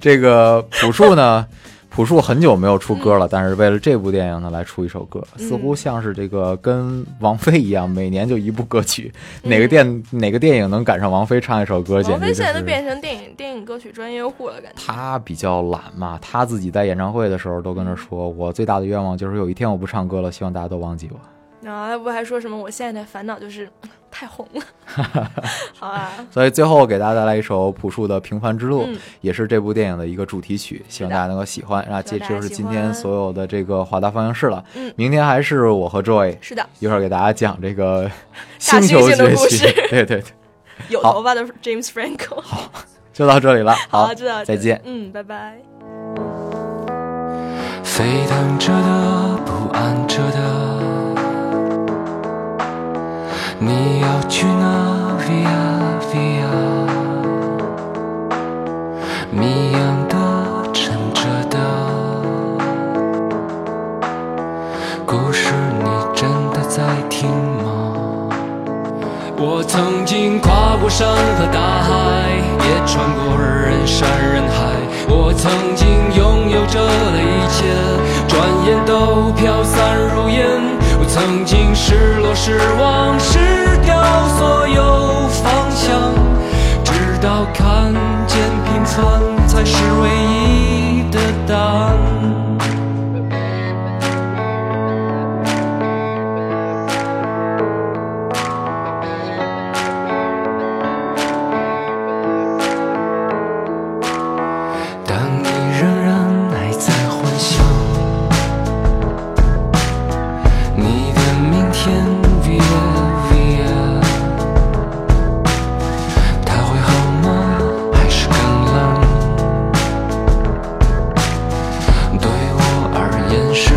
Speaker 5: 这个朴树呢， 朴树很久没有出歌
Speaker 7: 嗯
Speaker 5: 了，但是为了这部电影呢，来出一首歌，似乎像是这个跟王菲一样，每年就一部歌曲，哪个电哪个电影能赶上王菲唱一首歌，简
Speaker 7: 嗯王
Speaker 5: 直
Speaker 7: 菲
Speaker 5: 就
Speaker 7: 现在都
Speaker 5: 是。
Speaker 7: 变成电影电影歌曲专业户了，感觉。
Speaker 5: 她比较懒嘛，她自己在演唱会的时候都跟这说，
Speaker 7: 嗯
Speaker 5: 我最大的愿望就是有一天我不唱歌了，希望大家都忘记我。
Speaker 7: 然后他不还说什么我现在的烦恼就是嗯太红 了，好啊，
Speaker 5: 所以最后给大家带来一首朴树的《平凡之路》
Speaker 7: 嗯
Speaker 5: 也是这部电影的一个主题曲，希望大家能够喜欢。那这
Speaker 7: 希望大家
Speaker 5: 就是今
Speaker 7: 喜
Speaker 5: 天
Speaker 7: 欢
Speaker 5: 所有的这个华大放映室了。
Speaker 7: 嗯
Speaker 5: 明天还是我和 Joy，
Speaker 7: 是的，
Speaker 5: 一会儿给大家讲这个
Speaker 7: 大猩
Speaker 5: 球
Speaker 7: 猩的
Speaker 5: 崛
Speaker 7: 故
Speaker 5: 起
Speaker 7: 事。
Speaker 5: 对对对，
Speaker 7: 有
Speaker 5: 好
Speaker 7: 头发的 James Franco。好，
Speaker 5: 就到这里了。好，
Speaker 7: 知道，
Speaker 5: 再见。
Speaker 7: 嗯，拜拜。
Speaker 8: 沸腾着的，不安着的，你要去哪？Via Via，谜样的，沉着的，故事你真的在听吗？我曾经跨过山和大海，也穿过人山人海。我曾经拥有着的一切，转眼都飘散如烟。我曾经失落、失望、